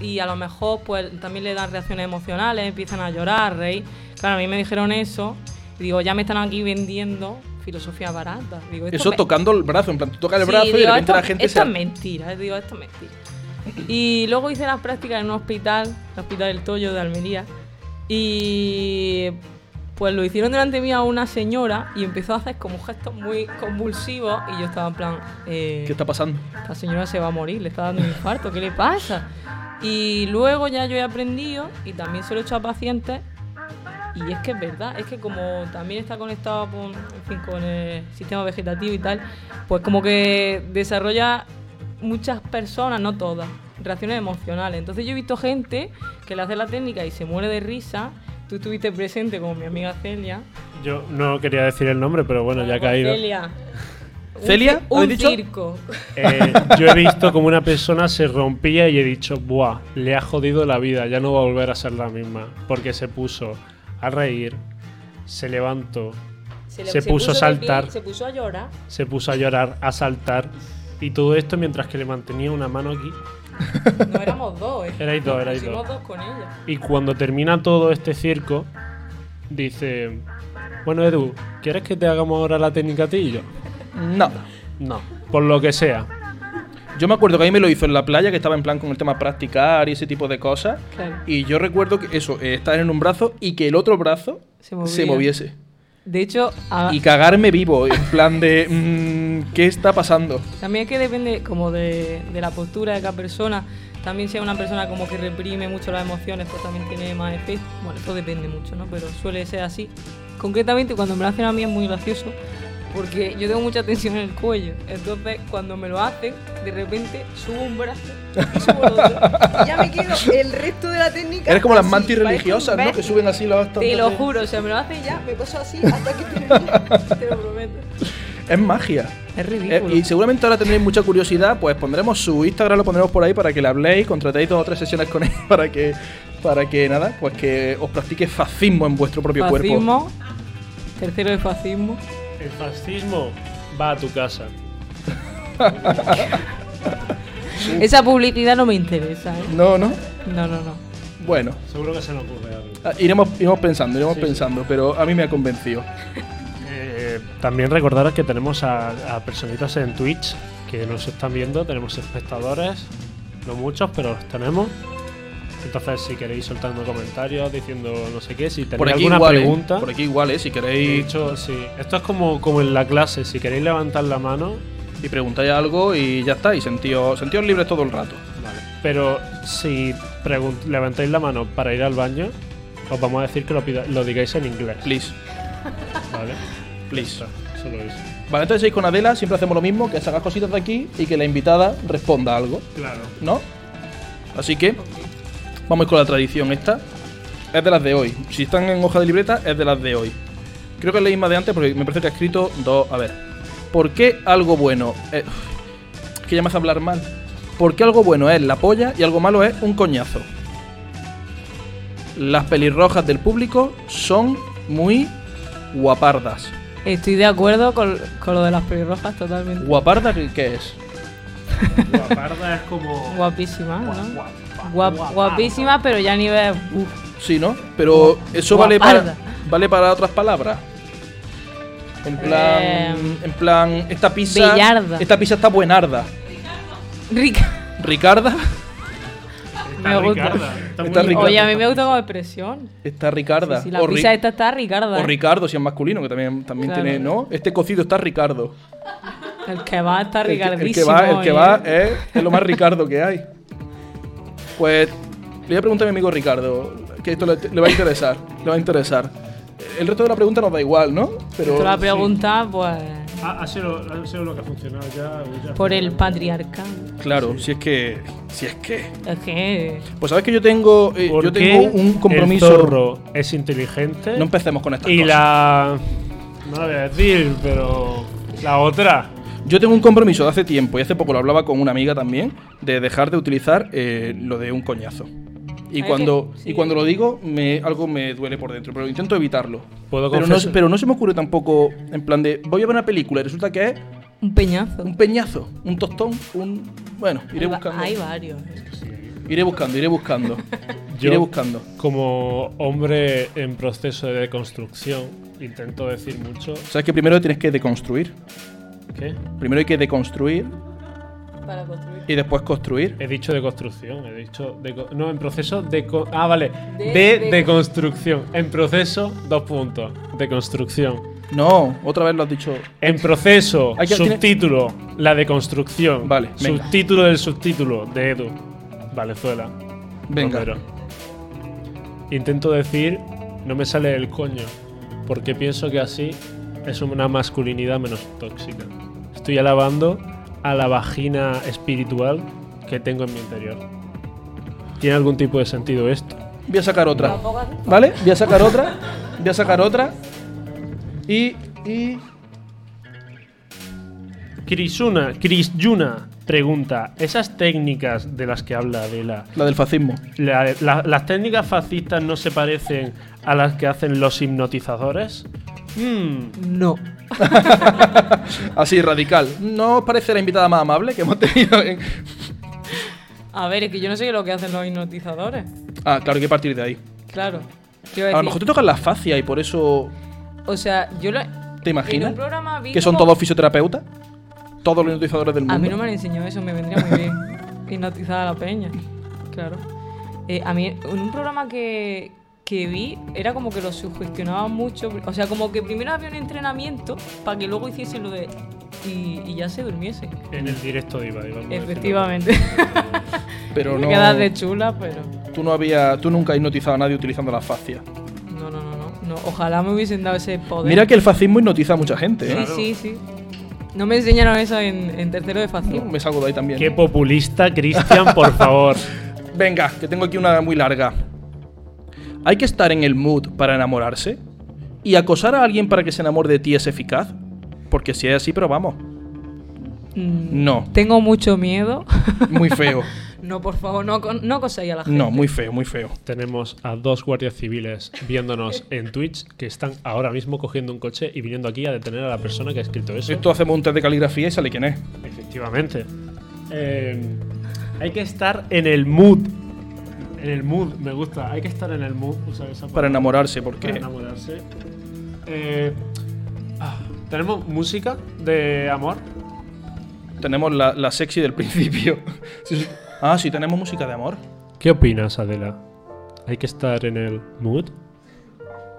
y a lo mejor pues también le dan reacciones emocionales, empiezan a llorar, a reír. Claro, a mí me dijeron eso y digo, ya me están aquí vendiendo filosofía barata. Digo, esto
Eso
me-
tocando el brazo, en plan, tú tocas el
Sí,
brazo y de
digo,
repente
esto, eh,
la gente
esto
se.
es mentira, digo, esto es mentira. Y luego hice las prácticas en un hospital, el Hospital del Toyo de Almería. Y pues lo hicieron delante mía una señora y empezó a hacer como gestos muy convulsivos y yo estaba en plan... eh,
¿Qué está pasando?
esta señora se va a morir, le está dando un infarto, ¿qué le pasa? Y luego ya yo he aprendido y también se lo he hecho a pacientes. Y es que es verdad, es que como también está conectado con, en fin, con el sistema vegetativo y tal, pues como que desarrolla muchas personas, no todas, reacciones emocionales. Entonces yo he visto gente que le hace la técnica y se muere de risa. Tú estuviste presente como mi amiga Celia.
Yo no quería decir el nombre, pero bueno, ya ha
Pues
caído.
Celia. Un
¿Celia?
cir- Un,
¿Habéis dicho?
circo.
Eh, yo he visto como una persona se rompía y he dicho, buah, le ha jodido la vida, ya no va a volver a ser la misma. Porque se puso a reír, se levantó,
le-
Se puso a
de
saltar.
pie, se puso a llorar.
se puso a llorar, a saltar. Y todo esto mientras que le mantenía una mano aquí.
No éramos dos, ¿eh?
Erais dos, erais
Pusimos
dos.
dos con ella.
Y cuando termina todo este circo, dice, bueno Edu, ¿quieres que te hagamos ahora la técnica a ti y yo?
No.
No, por lo que sea.
Yo me acuerdo que ahí me lo hizo en la playa, que estaba en plan con el tema practicar y ese tipo de cosas.
Claro.
Y yo recuerdo que eso, eh, estar en un brazo y que el otro brazo
Se Ah. movía.
se moviese.
De hecho, a-
Y cagarme vivo, en plan
(laughs)
de. mm, ¿Qué está pasando?
también es que depende como de, de la postura de cada persona. También si es una persona como que reprime mucho las emociones, pues también tiene más efecto. Bueno, esto depende mucho, ¿no? Pero suele ser así. Concretamente, cuando me lo hacen a mí es muy gracioso, porque yo tengo mucha tensión en el cuello. Entonces, cuando me lo hacen, de repente subo un brazo y subo el otro.
Y ya me quedo el resto de la técnica.
Eres como las
así,
mantis
parezco un
religiosas, ¿no? Que
imbécil.
suben así los
Te lo
tantos-
juro, o sea, me lo hacen
Ya,
ya,
me puso así hasta que
(laughs)
terminé.
te lo prometo.
Es magia.
Es
Eh,
ridículo.
y seguramente ahora tendréis mucha curiosidad, pues pondremos su Instagram, lo pondremos por ahí para que le habléis, contratéis dos o tres sesiones con él (laughs) para que, para que nada, pues que os practique fascismo en vuestro propio cuerpo.
fascismo. Tercero de fascismo.
El fascismo va a tu casa.
Esa publicidad no me interesa, ¿eh?
No, no.
No, no, no.
Bueno,
Seguro que se nos ocurre algo.
ah, iremos, iremos pensando, iremos
Sí, sí.
pensando, pero a mí me ha convencido.
Eh, también recordaros que tenemos a, a personitas en Twitch que nos están viendo, tenemos espectadores, no muchos, pero los tenemos. Entonces, si queréis soltando comentarios, diciendo no sé qué, si tenéis
Por aquí,
alguna
igual, eh,
pregunta.
por aquí igual, eh, si
De
queréis
hecho, sí. Esto es como, como en la clase, si queréis levantar la mano,
y preguntáis algo y ya está, y sentíos, sentíos libres todo el rato.
pero si pregun- levantáis la mano para ir al baño, os vamos a decir que lo, pida- lo digáis en inglés.
Please,
(laughs) ¿Vale?
please.
Solo eso.
Vale, entonces ahí con Adela siempre hacemos lo mismo, que sacas cositas de aquí y que la invitada responda algo.
Claro.
¿no? Así que vamos con la tradición esta. Es de las de hoy. Si están en hoja de libreta, es de las de hoy. Creo que es la misma de antes porque me parece que ha escrito dos. A ver. ¿Por qué algo bueno es... es que ya me hace hablar mal. ¿Por qué algo bueno es la polla y algo malo es un coñazo? Las pelirrojas del público son muy guapardas.
Estoy de acuerdo con, con lo de las pelirrojas totalmente.
¿Guaparda qué qué es?
Guaparda es como.
Guapísima, ¿no? Guap- guapísima, pero ya a nivel. uf.
Sí, ¿no? Pero eso vale para,
Guaparda.
vale para otras palabras. En plan,
Eh,
en plan, esta pizza,
Bellarda.
esta pizza está buenarda.
Rica.
Ricarda, (laughs)
Me gusta.
Está
Está
muy-
Ricarda.
Oye, a mí me gusta como expresión.
está Ricarda.
Si la
o, Ri-
pizza esta está Ricarda.
o
¿eh?
Ricardo, si es masculino, que también, también
Claro.
tiene, ¿no? Este cocido está Ricardo.
El que va está
El que- El que
Ricardísimo.
va, el que
¿eh?
va es, es lo más Ricardo que hay. Pues le voy a preguntar a mi amigo Ricardo, que esto le, le va a interesar, le va a interesar. El resto de la pregunta nos da igual, ¿no? Pero
Te la pregunta, pues.
Ha, ha sido, ha sido lo que ha funcionado ya. ya.
Por el patriarcado.
claro, si es que, si es que.
Es que.
Pues sabes que yo tengo, eh,
¿Por
yo
qué
tengo un compromiso.
El zorro es inteligente.
No empecemos con estas
y
cosas.
la. No la voy a decir, pero. La otra.
Yo tengo un compromiso de hace tiempo y hace poco lo hablaba con una amiga también de dejar de utilizar eh, lo de un coñazo. Y
Ah,
cuando,
que-
y
sí.
cuando lo digo, me, algo me duele por dentro, pero intento evitarlo.
Puedo
Pero no,
confesar-
pero no se me ocurre tampoco, en plan de, voy a ver una película y resulta que es
Un peñazo.
un peñazo, un tostón, un... Bueno, iré
Hay va-
buscando.
Hay varios. ¿eh?
Iré buscando, iré
(laughs)
buscando.
Yo-
Iré buscando.
Como hombre en proceso de construcción, intento decir mucho.
Sabes que primero tienes que deconstruir.
¿Qué?
Primero hay que deconstruir
Para construir.
Y después construir.
He dicho de construcción, he dicho de co- no en proceso de co- ah vale
De-
de,
de-
de, construcción en proceso dos puntos de construcción
No, otra vez lo has dicho.
en proceso
Hay que- tiene-
subtítulo la de construcción
Vale, venga.
subtítulo del subtítulo de Edu Valenzuela
Venga.
Romero. intento decir no me sale el coño porque pienso que así es una masculinidad menos tóxica estoy alabando a la vagina espiritual que tengo en mi interior tiene algún tipo de sentido esto
Voy a sacar otra. ¿Vale? Voy a sacar otra. Voy a sacar otra. Y. y...
Crisuna, Cris Yuna pregunta, ¿esas técnicas de las que habla Adela,
La del fascismo.
la- la- las técnicas fascistas no se parecen a las que hacen los hipnotizadores? Mm,
No.
Así, radical. ¿No os parece la invitada más amable que hemos tenido? en-
A ver, es que yo no sé qué es lo que hacen los hipnotizadores.
Ah, claro, hay que partir de ahí.
Claro. Te iba
A
a
lo
decir,
mejor te tocan la fascia y por eso.
O sea, yo lo.
¿Te
En
imaginas?
un programa vi
Que son
como-
todos fisioterapeutas. Todos los hipnotizadores del mundo.
A mí no me han enseñado eso, me vendría
(laughs)
muy bien. Hipnotizar a la peña. Claro. Eh, a mí, en un programa que, que vi, era como que lo sugestionaban mucho. O sea, como que primero había un entrenamiento para que luego hiciesen lo de. Y, y ya se durmiese.
en el directo de Ibai, vamos a decirlo.
Efectivamente.
Pero
Me
no.
(laughs) quedas de chula, pero.
Tú no había, tú nunca has hipnotizado a nadie utilizando la fascia.
No, no, no, no, no. Ojalá me hubiesen dado ese poder.
Mira que el fascismo hipnotiza a mucha gente,
Sí,
¿eh?
sí, sí. No me enseñaron eso en, en tercero de
No,
fascismo.
me salgo de ahí también.
Qué populista, Cristian, por favor. (laughs)
Venga, que tengo aquí una muy larga. ¿Hay que estar en el mood para enamorarse? ¿Y acosar a alguien para que se enamore de ti es eficaz? Porque si es así, pero vamos.
Mm,
No.
Tengo mucho miedo. (laughs)
Muy feo.
no, por favor, no, con- no coséis a la gente.
No, muy feo, muy feo.
Tenemos a dos guardias civiles viéndonos en Twitch que están ahora mismo cogiendo un coche y viniendo aquí a detener a la persona que ha escrito eso.
Esto hacemos un test de caligrafía y sale quién es.
Efectivamente. Eh, hay que estar en el mood. En el mood, me gusta. Hay que estar en el mood, usar esa
Para
palabra,
enamorarse,
para
porque.
enamorarse. Eh, ah, ¿Tenemos música de amor?
Tenemos la, la sexy del (laughs) principio. Sí, sí. Ah, sí, tenemos música de amor.
¿Qué opinas, Adela? ¿Hay que estar en el mood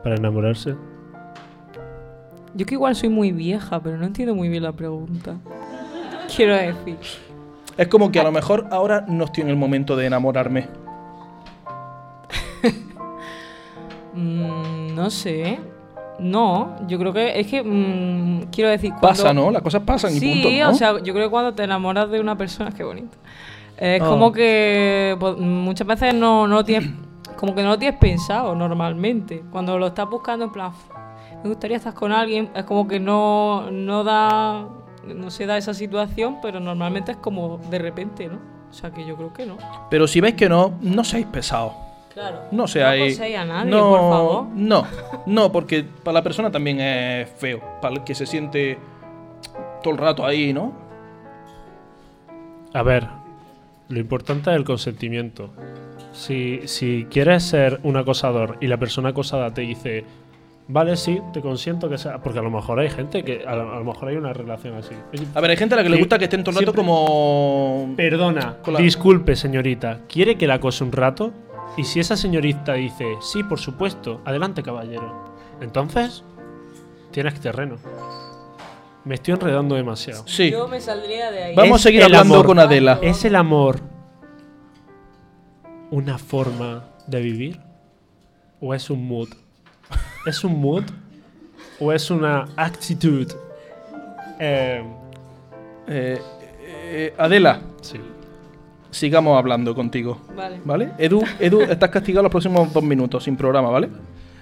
para enamorarse?
Yo que igual soy muy vieja, pero no entiendo muy bien la pregunta. (laughs) Quiero decir.
Es como que a lo mejor ahora no estoy en el momento de enamorarme.
mm, no sé. No, yo creo que es que mm, quiero decir. Cuando...
Pasa, ¿no? Las cosas pasan y
Sí,
punto. ¿no?
o sea, yo creo que cuando te enamoras de una persona, qué bonito. Eh, Es
Oh.
como que pues, muchas veces no, no lo tienes, como que no lo tienes pensado normalmente. Cuando lo estás buscando en plan, "Fu, me gustaría estar con alguien, es como que no, no da, no se da esa situación, pero normalmente es como de repente, ¿no? O sea que yo creo que no.
Pero si veis que no, no seáis pesados.
Claro.
No seáis.
No a nadie,
no,
por favor.
No, no, porque para la persona también es feo. Para el que se siente todo el rato ahí, ¿no?
A ver, lo importante es el consentimiento. Si, si quieres ser un acosador y la persona acosada te dice, vale, sí, te consiento que sea. Porque a lo mejor hay gente que. A lo, a lo mejor hay una relación así. Oye,
A ver, hay gente a la que le
Sí,
gusta que estén todo el rato
siempre-
como.
Perdona,
Con la-
disculpe, señorita, ¿quiere que la acose un rato? Y si esa señorita dice, sí, por supuesto, adelante, caballero. Entonces, tienes terreno. Me estoy enredando demasiado.
Sí.
Yo me saldría de ahí.
Vamos
Es
a seguir
el
hablando
amor.
con Adela.
¿Es el amor una forma de vivir? ¿O es un mood? ¿Es un mood? ¿O es una actitud? Eh,
Eh, eh, Adela,
sí.
sigamos hablando contigo.
Vale.
¿Vale? Edu, Edu, estás castigado los próximos dos minutos sin programa, ¿vale?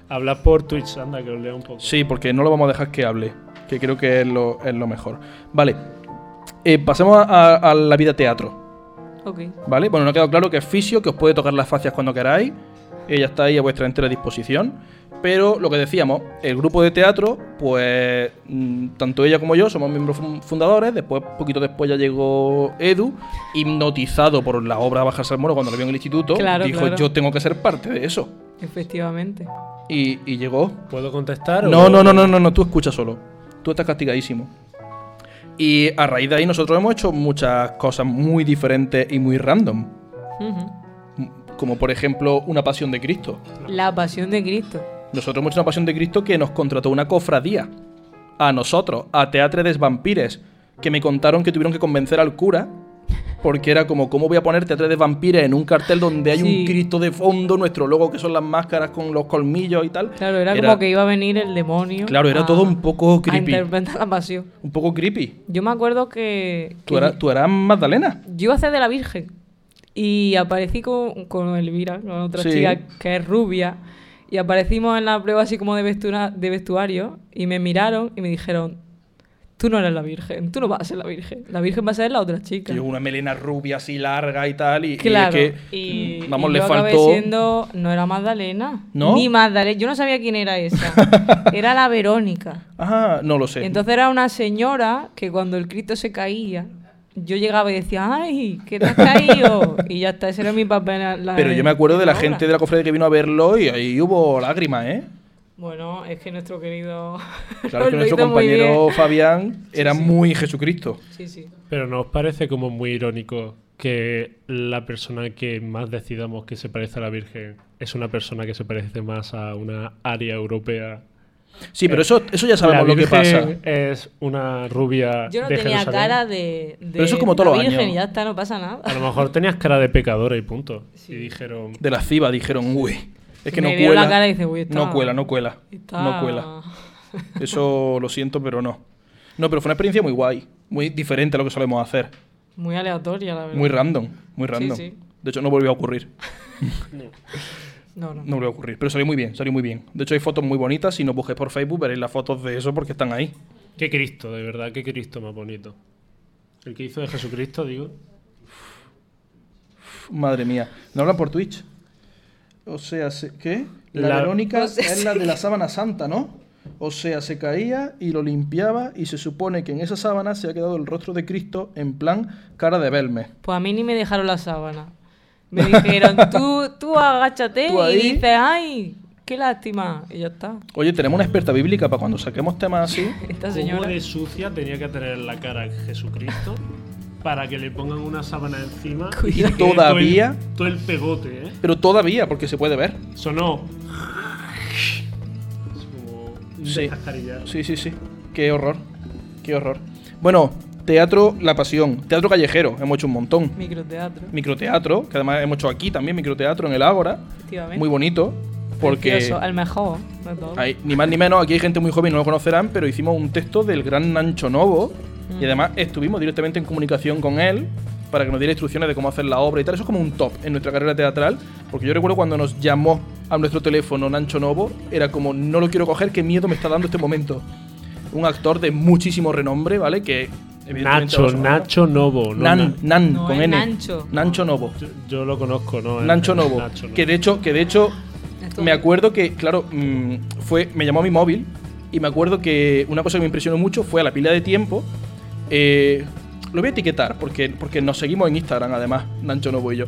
Habla por Twitch, anda, que lo lea un poco.
Sí, porque no lo vamos a dejar que hable, que creo que es lo, es lo mejor. Vale, Eh, pasemos a- a- a la vida teatro.
Ok.
¿Vale? Bueno, no ha quedado claro que es fisio, que os puede tocar las facias cuando queráis. Ella está ahí a vuestra entera disposición. Pero lo que decíamos, el grupo de teatro, pues mm, tanto ella como yo somos miembros fun- fundadores. Después, poquito después ya llegó Edu, hipnotizado por la obra Bajar Salmoro cuando la vio en el instituto.
Claro,
dijo,
claro.
yo tengo que ser parte de eso.
Efectivamente.
Y, y llegó.
¿Puedo contestar?
No,
o-
no, no, no, no, no, tú escuchas solo. Tú estás castigadísimo. Y a raíz de ahí nosotros hemos hecho muchas cosas muy diferentes y muy random.
Ujú.
Como por ejemplo una pasión de Cristo.
La pasión de Cristo.
Nosotros hemos hecho una pasión de Cristo que nos contrató una cofradía. A nosotros, a Teatre des Vampires, que me contaron que tuvieron que convencer al cura. Porque era como, ¿cómo voy a poner Teatre des Vampires en un cartel donde hay
Sí.
un Cristo de fondo, nuestro logo que son las máscaras con los colmillos y tal?
Claro, era, como que iba a venir el demonio.
Claro, era
a-
todo un poco
A
creepy.
interpretar la pasión.
Un poco creepy.
Yo me acuerdo que.
¿Tú
que
eras, tú eras Magdalena?
Yo iba a hacer de la Virgen. Y aparecí con, con Elvira, con otra
Sí.
chica que es rubia. Y aparecimos en la prueba así como de, vestura- de vestuario. Y me miraron y me dijeron: Tú no eres la Virgen, tú no vas a ser la Virgen. La Virgen va a ser la otra chica.
Que llevó una melena rubia así larga y tal. Y, y es
Claro. Y,
que, mm, vamos,
y
le
yo acabé
faltó.
siendo- no era Magdalena.
¿No?
Ni Magdalena. Yo no sabía quién era
(laughs)
esa. era la Verónica.
Ajá, no lo sé.
Entonces era una señora que cuando el Cristo se caía, yo llegaba y decía, ¡ay, que te
(laughs)
has caído! y ya está, ese era mi papel. en la-
Pero yo me acuerdo de la
en
gente de
obra.
la cofradía que vino a verlo y ahí hubo lágrimas,
(laughs)
¿eh?
Bueno, es que nuestro querido...
Claro que
nos (laughs) lo
nuestro
hizo muy bien. (laughs)
compañero Fabián era muy Jesucristo.
Sí, sí.
Pero nos parece como muy irónico que la persona que más decidamos que se parece a la Virgen es una persona que se parece más a una área europea.
Sí,
Eh,
pero eso, eso ya
la
sabemos lo que pasa.
Virgen es una rubia
Yo no
de
tenía
Jerusalén.
cara de, de
Pero eso es como
la
todos los
virgen
años.
y ya está, no pasa nada.
A lo mejor tenías cara de pecadora y punto. Y dijeron,
De la ciba dijeron, uy. Es que
Me
no
vieron
cuela.
la cara y dice, "Uy, está-
no cuela, no cuela.
(laughs) Está-
No cuela. Eso lo siento, pero no. No, pero fue una experiencia muy guay. Muy diferente a lo que solemos hacer.
Muy aleatoria, la verdad.
Muy random. Muy random.
sí.
De hecho, no volvió a ocurrir.
No, no.
No volvió a ocurrir. Pero salió muy bien, salió muy bien. De hecho, hay fotos muy bonitas. Si nos busquéis por Facebook, veréis las fotos de eso porque están ahí.
qué Cristo, de verdad, qué Cristo más bonito. El que hizo de Jesucristo, digo.
Pf, Madre mía. ¿No hablan por Twitch? O sea, se- ¿qué? La,
La-
Verónica
O sea,
es la de la sábana santa, ¿no? O sea, se caía y lo limpiaba y se supone que en esa sábana se ha quedado el rostro de Cristo en plan cara de Belme.
Pues a mí ni me dejaron la sábana. Me
(laughs)
dijeron, tú, tú agáchate
Tú ahí.
y dices, ¡ay, qué lástima! Y ya está.
Oye, tenemos una experta bíblica para cuando saquemos temas así.
Esta
¿Cómo
señora...
de sucia tenía que tener la cara Jesucristo para que le pongan una sábana
(laughs)
encima? que
Y
quede
todavía-
Todo el, todo el pegote, ¿eh?
Pero todavía, porque se puede ver.
Sonó. Es como un
Sí.
descascarillar.
Sí, sí, sí. Qué horror. Qué horror. Bueno, teatro La Pasión. Teatro callejero. Hemos hecho un montón.
Microteatro,
Microteatro, que además hemos hecho aquí también microteatro en el Ágora.
efectivamente.
Muy bonito. Porque
Precioso, el mejor de todos.
hay, ni más ni menos, aquí hay gente muy joven y no lo conocerán, pero hicimos un texto del gran Nancho Novo.
Mm.
Y además estuvimos directamente en comunicación con él para que nos diera instrucciones de cómo hacer la obra y tal. Eso es como un top en nuestra carrera teatral. Porque yo recuerdo cuando nos llamó a nuestro teléfono Nancho Novo, era como, no lo quiero coger, qué miedo me está dando este momento. Un actor de muchísimo renombre, ¿vale? Que evidentemente
Nacho,
ahora se llama-
Nacho Novo. no
Nan,
Na-
Nan,
No,
con
es
N.
Nancho.
Nancho Novo.
yo, yo lo conozco, ¿no? Es-
Nancho
es
Novo.
Nacho
Que de hecho, que de hecho
Esto-
me acuerdo que, claro, mm, fue, me llamó a mi móvil y me acuerdo que una cosa que me impresionó mucho fue a la pila de tiempo. eh, lo voy a etiquetar porque, porque nos seguimos en Instagram, además, Nancho Novo y yo.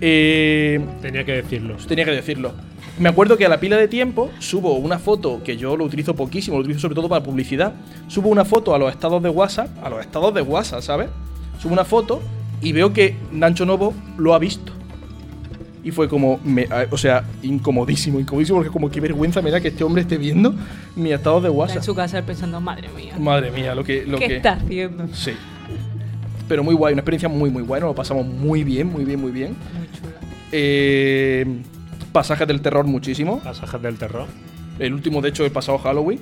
Eh,
Tenía que decirlo.
Pues tenía que decirlo. Me acuerdo que a la pila de tiempo subo una foto que yo lo utilizo poquísimo, lo utilizo sobre todo para publicidad. Subo una foto a los estados de WhatsApp, a los estados de WhatsApp, ¿sabes? Subo una foto y veo que Nancho Novo lo ha visto. Y fue como, me- a- o sea, incomodísimo, incomodísimo, porque como qué vergüenza me da que este hombre esté viendo mi estado de
Está en
WhatsApp.
su casa pensando, madre mía,
Madre mía, lo que. Lo
¿qué
que
está haciendo?
Sí. Pero muy guay, una experiencia muy, muy guay, nos lo pasamos muy bien, muy bien, muy bien.
Muy chula.
Eh, pasajes del terror muchísimo.
Pasajes del terror.
El último, de hecho, el pasado Halloween,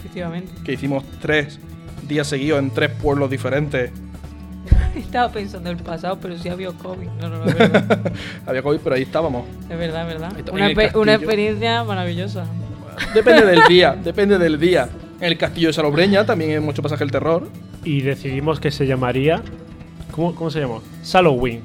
Efectivamente. (laughs)
que hicimos tres días seguidos en tres pueblos diferentes.
Estaba pensando en el pasado, pero sí había COVID. No, no, no, es
(laughs)
verdad.
Había COVID, pero ahí estábamos.
es verdad, es verdad.
Ahí está,
Una,
en el
pe- una
castillo.
experiencia maravillosa.
Depende del día, depende del día. En el castillo de Salobreña también hay mucho pasaje del terror.
Y decidimos que se llamaría. ¿Cómo, cómo se llamó? Halloween.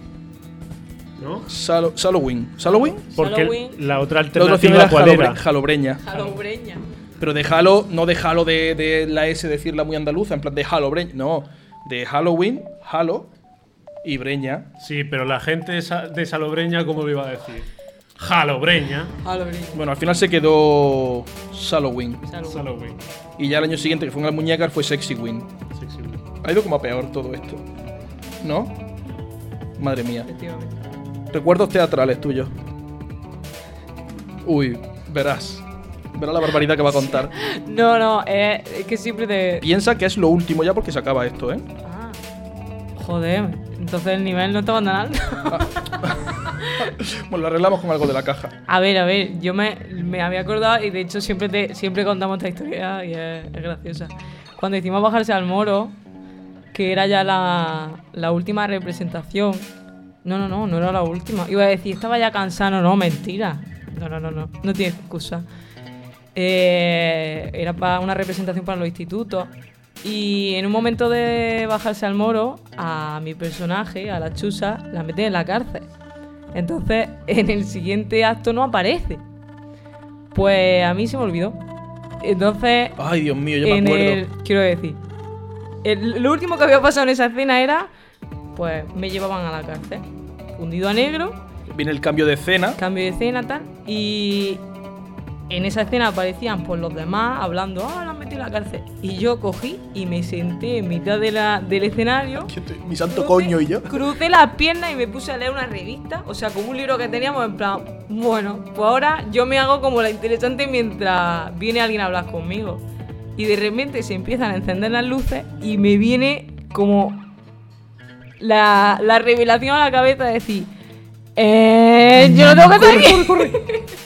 ¿No?
Salo- Halloween. ¿Halloween?
Porque
Halloween.
la otra
La otra opción
alternativa,
era
¿cuál era?
Jalobre- Jalobreña.
Hallowbreña.
Pero de Halo, no de Halo de, de la S decirla muy andaluza, en plan de Halloween, no. De Halloween, Halo y Breña.
Sí, pero la gente de Sa- de Salobreña, ¿cómo lo iba a decir? Jalobreña.
Hallowbreña.
Bueno, al final se quedó Halloween.
Halloween.
Halloween.
Y ya el año siguiente, que fue en la muñeca, fue Sexy Win.
Sí, sí.
Ha ido como a peor todo esto. ¿No? Madre mía.
efectivamente.
Recuerdos teatrales tuyos. Uy, verás. Verás la barbaridad que va a contar.
No, no, eh, es que siempre te.
Piensa que es lo último ya porque se acaba esto, ¿eh?
Ah, joder, entonces el nivel no estaba tan (laughs) alto.
Bueno, lo arreglamos con algo de la caja.
A ver, a ver, yo me, me había acordado y de hecho siempre, te- siempre contamos esta historia y es, es graciosa. Cuando hicimos bajarse al moro, que era ya la, la última representación. No, no, no, no era la última. Iba a decir, estaba ya cansado, no, mentira. No, no, no, no, no tiene excusa. Eh, era para una representación para los institutos. Y en un momento de bajarse al moro, a mi personaje, a la chusa, la meten en la cárcel. Entonces, en el siguiente acto no aparece. Pues a mí se me olvidó. Entonces,
Ay, Dios mío, yo me
en
acuerdo.
el- quiero decir, el- lo último que había pasado en esa escena era, pues me llevaban a la cárcel, hundido a negro,
Viene el cambio de escena.
cambio de escena tal, y en esa escena aparecían pues los demás hablando, ah, la han metido en la cárcel, y yo cogí y me senté en mitad de la- del escenario.
Yo estoy- Mi santo
Crucé-
coño y yo.
Crucé las piernas y me puse a leer una revista, o sea, como un libro que teníamos en plan, bueno, pues ahora yo me hago como la interesante mientras viene alguien a hablar conmigo. Y de repente se empiezan a encender las luces y me viene como la, la revelación a la cabeza de decir, eh, yo no tengo que hacer aquí.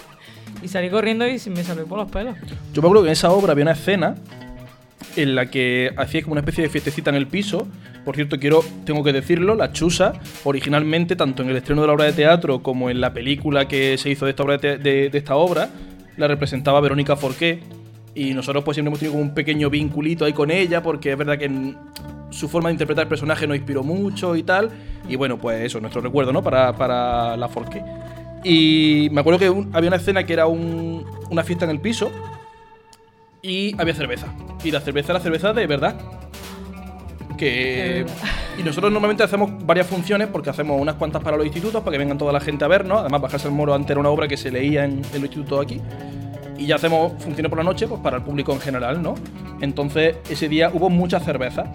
(laughs) y salí corriendo y se me salió por los pelos.
Yo me acuerdo que en esa obra había una escena en la que hacía como una especie de fiestecita en el piso. Por cierto, quiero, tengo que decirlo, la chusa, originalmente, tanto en el estreno de la obra de teatro como en la película que se hizo de esta obra, de, te- de- de esta obra la representaba Verónica Forqué. Y nosotros pues siempre hemos tenido como un pequeño vinculito ahí con ella, porque es verdad que en- su forma de interpretar el personaje nos inspiró mucho y tal. Y bueno, pues eso, nuestro recuerdo, ¿no? Para, para la Forqué. Y me acuerdo que un- había una escena que era un- una fiesta en el piso, y había cerveza. Y la cerveza era cerveza de verdad. Que.
De verdad.
Y nosotros normalmente hacemos varias funciones porque hacemos unas cuantas para los institutos para que vengan toda la gente a vernos. Además, Bajarse al Moro antes era una obra que se leía en, en los institutos aquí. Y ya hacemos funciones por la noche pues para el público en general, ¿no? Entonces, ese día hubo muchas cervezas.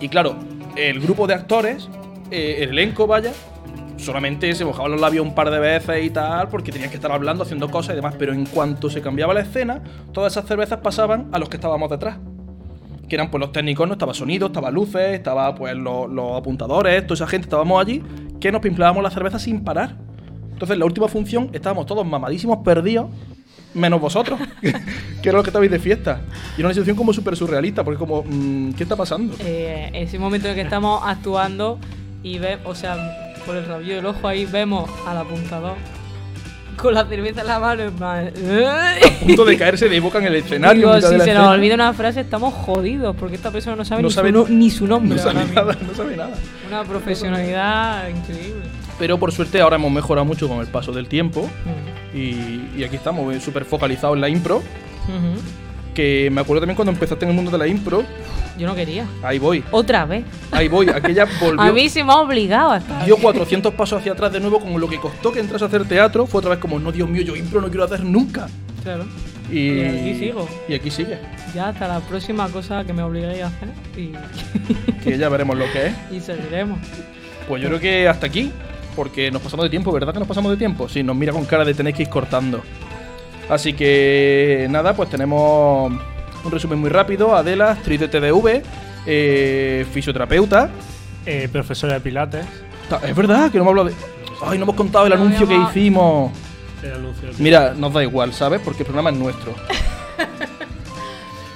Y claro, el grupo de actores, eh, el elenco, vaya, solamente se mojaban los labios un par de veces y tal, porque tenían que estar hablando, haciendo cosas y demás, pero en cuanto se cambiaba la escena, todas esas cervezas pasaban a los que estábamos detrás. Que eran pues los técnicos, no estaba sonido, estaba luces, estaba pues los, los apuntadores, toda esa gente, estábamos allí, que nos pimplábamos la cerveza sin parar. Entonces, la última función estábamos todos mamadísimos, perdidos, menos vosotros, (laughs) que era los que estabais de fiesta. Y era una situación como súper surrealista, porque como, mm, ¿qué está pasando?
Eh, ese momento en el que estamos actuando y ve, o sea, por el rabillo del ojo ahí vemos al apuntador con la cerveza en la mano en plan,
A punto de caerse de boca en el escenario. en
Digo,
mitad de
si
la
se nos
escena.
olvida una frase estamos jodidos porque esta persona no sabe,
No
ni,
sabe-
su, no- ni su nombre.
No sabe
ahora mismo.
nada, no sabe nada.
Una profesionalidad increíble.
Pero por suerte ahora hemos mejorado mucho con el paso del tiempo
Mm.
y, y aquí estamos eh, súper focalizados en la impro.
Ujú.
Que me acuerdo también cuando empezaste en el mundo de la impro.
Yo no quería.
Ahí voy,
Otra vez.
ahí voy. Aquella volvió.
A mí se me ha obligado a estar.
Dio 400 pasos hacia atrás de nuevo con lo que costó que entras a hacer teatro. Fue otra vez como, no, Dios mío, yo impro no quiero hacer nunca.
Claro.
Y,
Y aquí sigo.
Y aquí sigue.
Ya hasta la próxima cosa que me obliguéis a hacer y, (laughs)
Que ya veremos lo que es.
y seguiremos.
Pues yo creo que hasta aquí, porque nos pasamos de tiempo, ¿verdad que nos pasamos de tiempo? Sí, nos mira con cara de tenéis que ir cortando. Así que nada, pues tenemos un resumen muy rápido. Adela, actriz de TDV, eh, fisioterapeuta.
Eh, profesora de Pilates.
Ta- Es verdad que no me hablo de... Ay, no hemos contado el
No
anuncio que
habíamos-
hicimos.
El anuncio de
Mira, nos da igual, ¿sabes? Porque el programa es nuestro.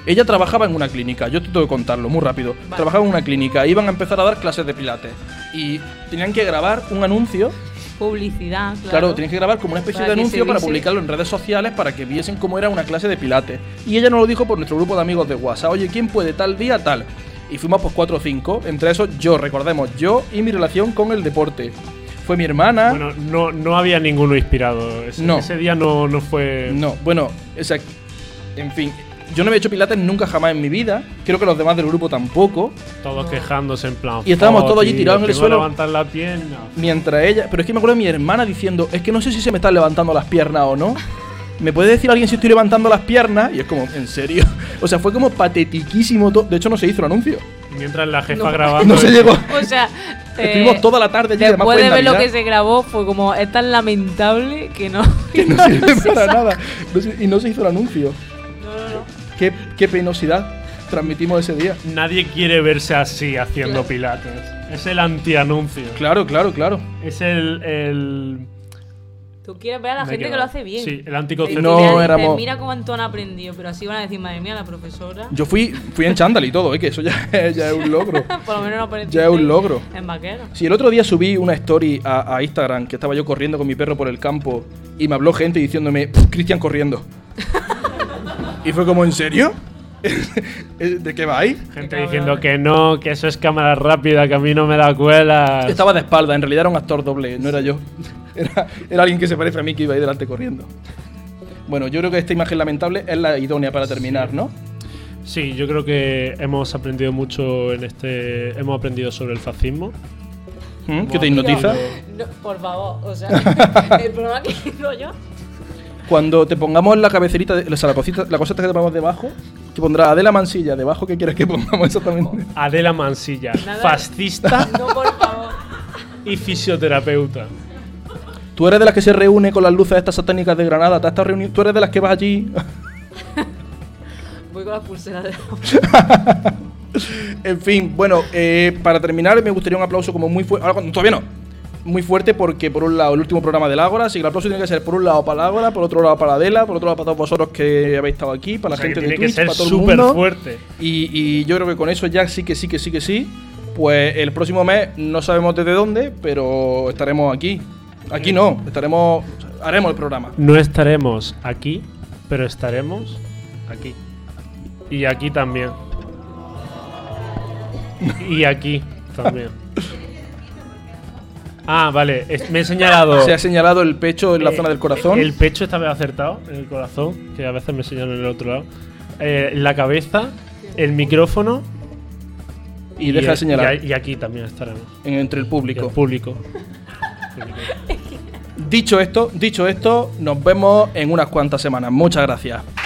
Ella trabajaba en una clínica, yo te tengo que contarlo muy rápido. Trabajaba en una clínica, iban a empezar a dar clases de pilates y tenían que grabar un anuncio
Publicidad, claro.
Claro, tienes que grabar como una especie de
Para que se
anuncio para
viese.
publicarlo en redes sociales para que viesen cómo era una clase de pilates. Y ella nos lo dijo por nuestro grupo de amigos de WhatsApp. Oye, ¿quién puede tal día tal? Y fuimos pues 4 o 5. Entre esos yo, recordemos, yo y mi relación con el deporte. Fue mi hermana.
Bueno, no, no había ninguno inspirado. Ese,
No.
ese día no, no fue.
No, bueno, o sea, en fin. Yo no había hecho pilates nunca jamás en mi vida. Creo que los demás del grupo tampoco.
Todos quejándose en plan.
Y estábamos
"Oh,
todos allí
tío,
tirados en el
tengo que
suelo".
levantar la pierna.
Mientras ella. Pero es que me acuerdo de mi hermana diciendo: Es que no sé si se me están levantando las piernas o no. ¿Me puede decir alguien si estoy (laughs) levantando las piernas? Y es como, ¿en serio? O sea, fue como patetiquísimo todo. De hecho, no se hizo el anuncio.
Mientras la jefa
No.
grabando.
(laughs) No se llegó.
O sea, eh,
Estuvimos toda la tarde allí, además fue
después de
en
ver lo
Navidad.
que se grabó, fue como, es tan lamentable que no. (laughs)
(laughs) que no
no
sirve
se (laughs)
para
sabe.
nada. No se- y no se hizo el anuncio.
No, no, no.
Qué, qué penosidad transmitimos ese día.
Nadie quiere verse así haciendo pilates. Es el antianuncio.
Claro, claro, claro.
Es el. el...
Tú quieres ver a la
me he
gente que
quedado.
lo hace bien.
Sí, el
Te
anticonceptivo.
No
tiran y dices,
éramos-
Mira cómo Antón aprendió, pero así van a decir, madre mía, la profesora.
Yo fui, fui en chándal y todo, ¿eh? que eso ya, (laughs) ya es un logro.
Por lo menos no aparece.
Ya es un logro.
En vaquero.
Si el otro día subí una story a, a Instagram que estaba yo corriendo con mi perro por el campo y me habló gente diciéndome, "Pff, Cristian corriendo. y fue como, ¿en serio? ¿De qué va ahí?
Gente diciendo que no, que eso es cámara rápida, que a mí no me da cuela.
Estaba de espalda, en realidad era un actor doble, no era yo. (laughs) Era, era alguien que se parece a mí que iba ahí delante corriendo. Bueno, yo creo que esta imagen lamentable es la idónea para terminar, ¿no?
Sí, yo creo que hemos aprendido mucho en este. Hemos aprendido sobre el fascismo.
¿Mm? ¿Qué te hipnotiza?
No, por favor, o
(laughs)
sea, el programa que digo yo.
Cuando te pongamos la cabecerita, de- o sea, la cosita, la cosita que te ponemos debajo, que pondrá Adela Mansilla debajo, ¿qué quieres que pongamos exactamente?
Adela Mansilla,
Nada.
fascista
No, por favor.
y fisioterapeuta.
Tú eres de las que se reúne con las luces estas satánicas de Granada, ¿te has estado reuni- Tú eres de las que vas allí.
Voy con las pulseras de la
(laughs) en fin, bueno, eh, para terminar me gustaría un aplauso como muy fuerte. Ahora cuando todavía no. Muy fuerte porque por un lado el último programa del Ágora, así que el aplauso tiene que ser por un lado para el Ágora, por otro lado para Adela, por otro lado para todos vosotros que habéis estado aquí, para
O sea,
la
que
gente de
tiene que
Twitch,
ser
para todo el mundo.
súper fuerte.
Y, y yo creo que con eso ya sí que sí que sí que sí. Pues el próximo mes no sabemos desde dónde, pero estaremos aquí. Aquí no, estaremos haremos el programa.
No estaremos aquí, pero estaremos aquí. Y aquí también. Y aquí también. Ah, vale. es- Me he señalado.
Se ha señalado el pecho en la
eh,
zona del corazón.
El pecho esta vez acertado, en el corazón, que a veces me señalan en el otro lado. Eh, la cabeza, el micrófono.
y deja de
eh,
señalar
Y, a- y aquí también estaremos.
en- entre el
Y el
público. (laughs)
público.
Dicho esto, dicho esto, nos vemos en unas cuantas semanas. Muchas gracias.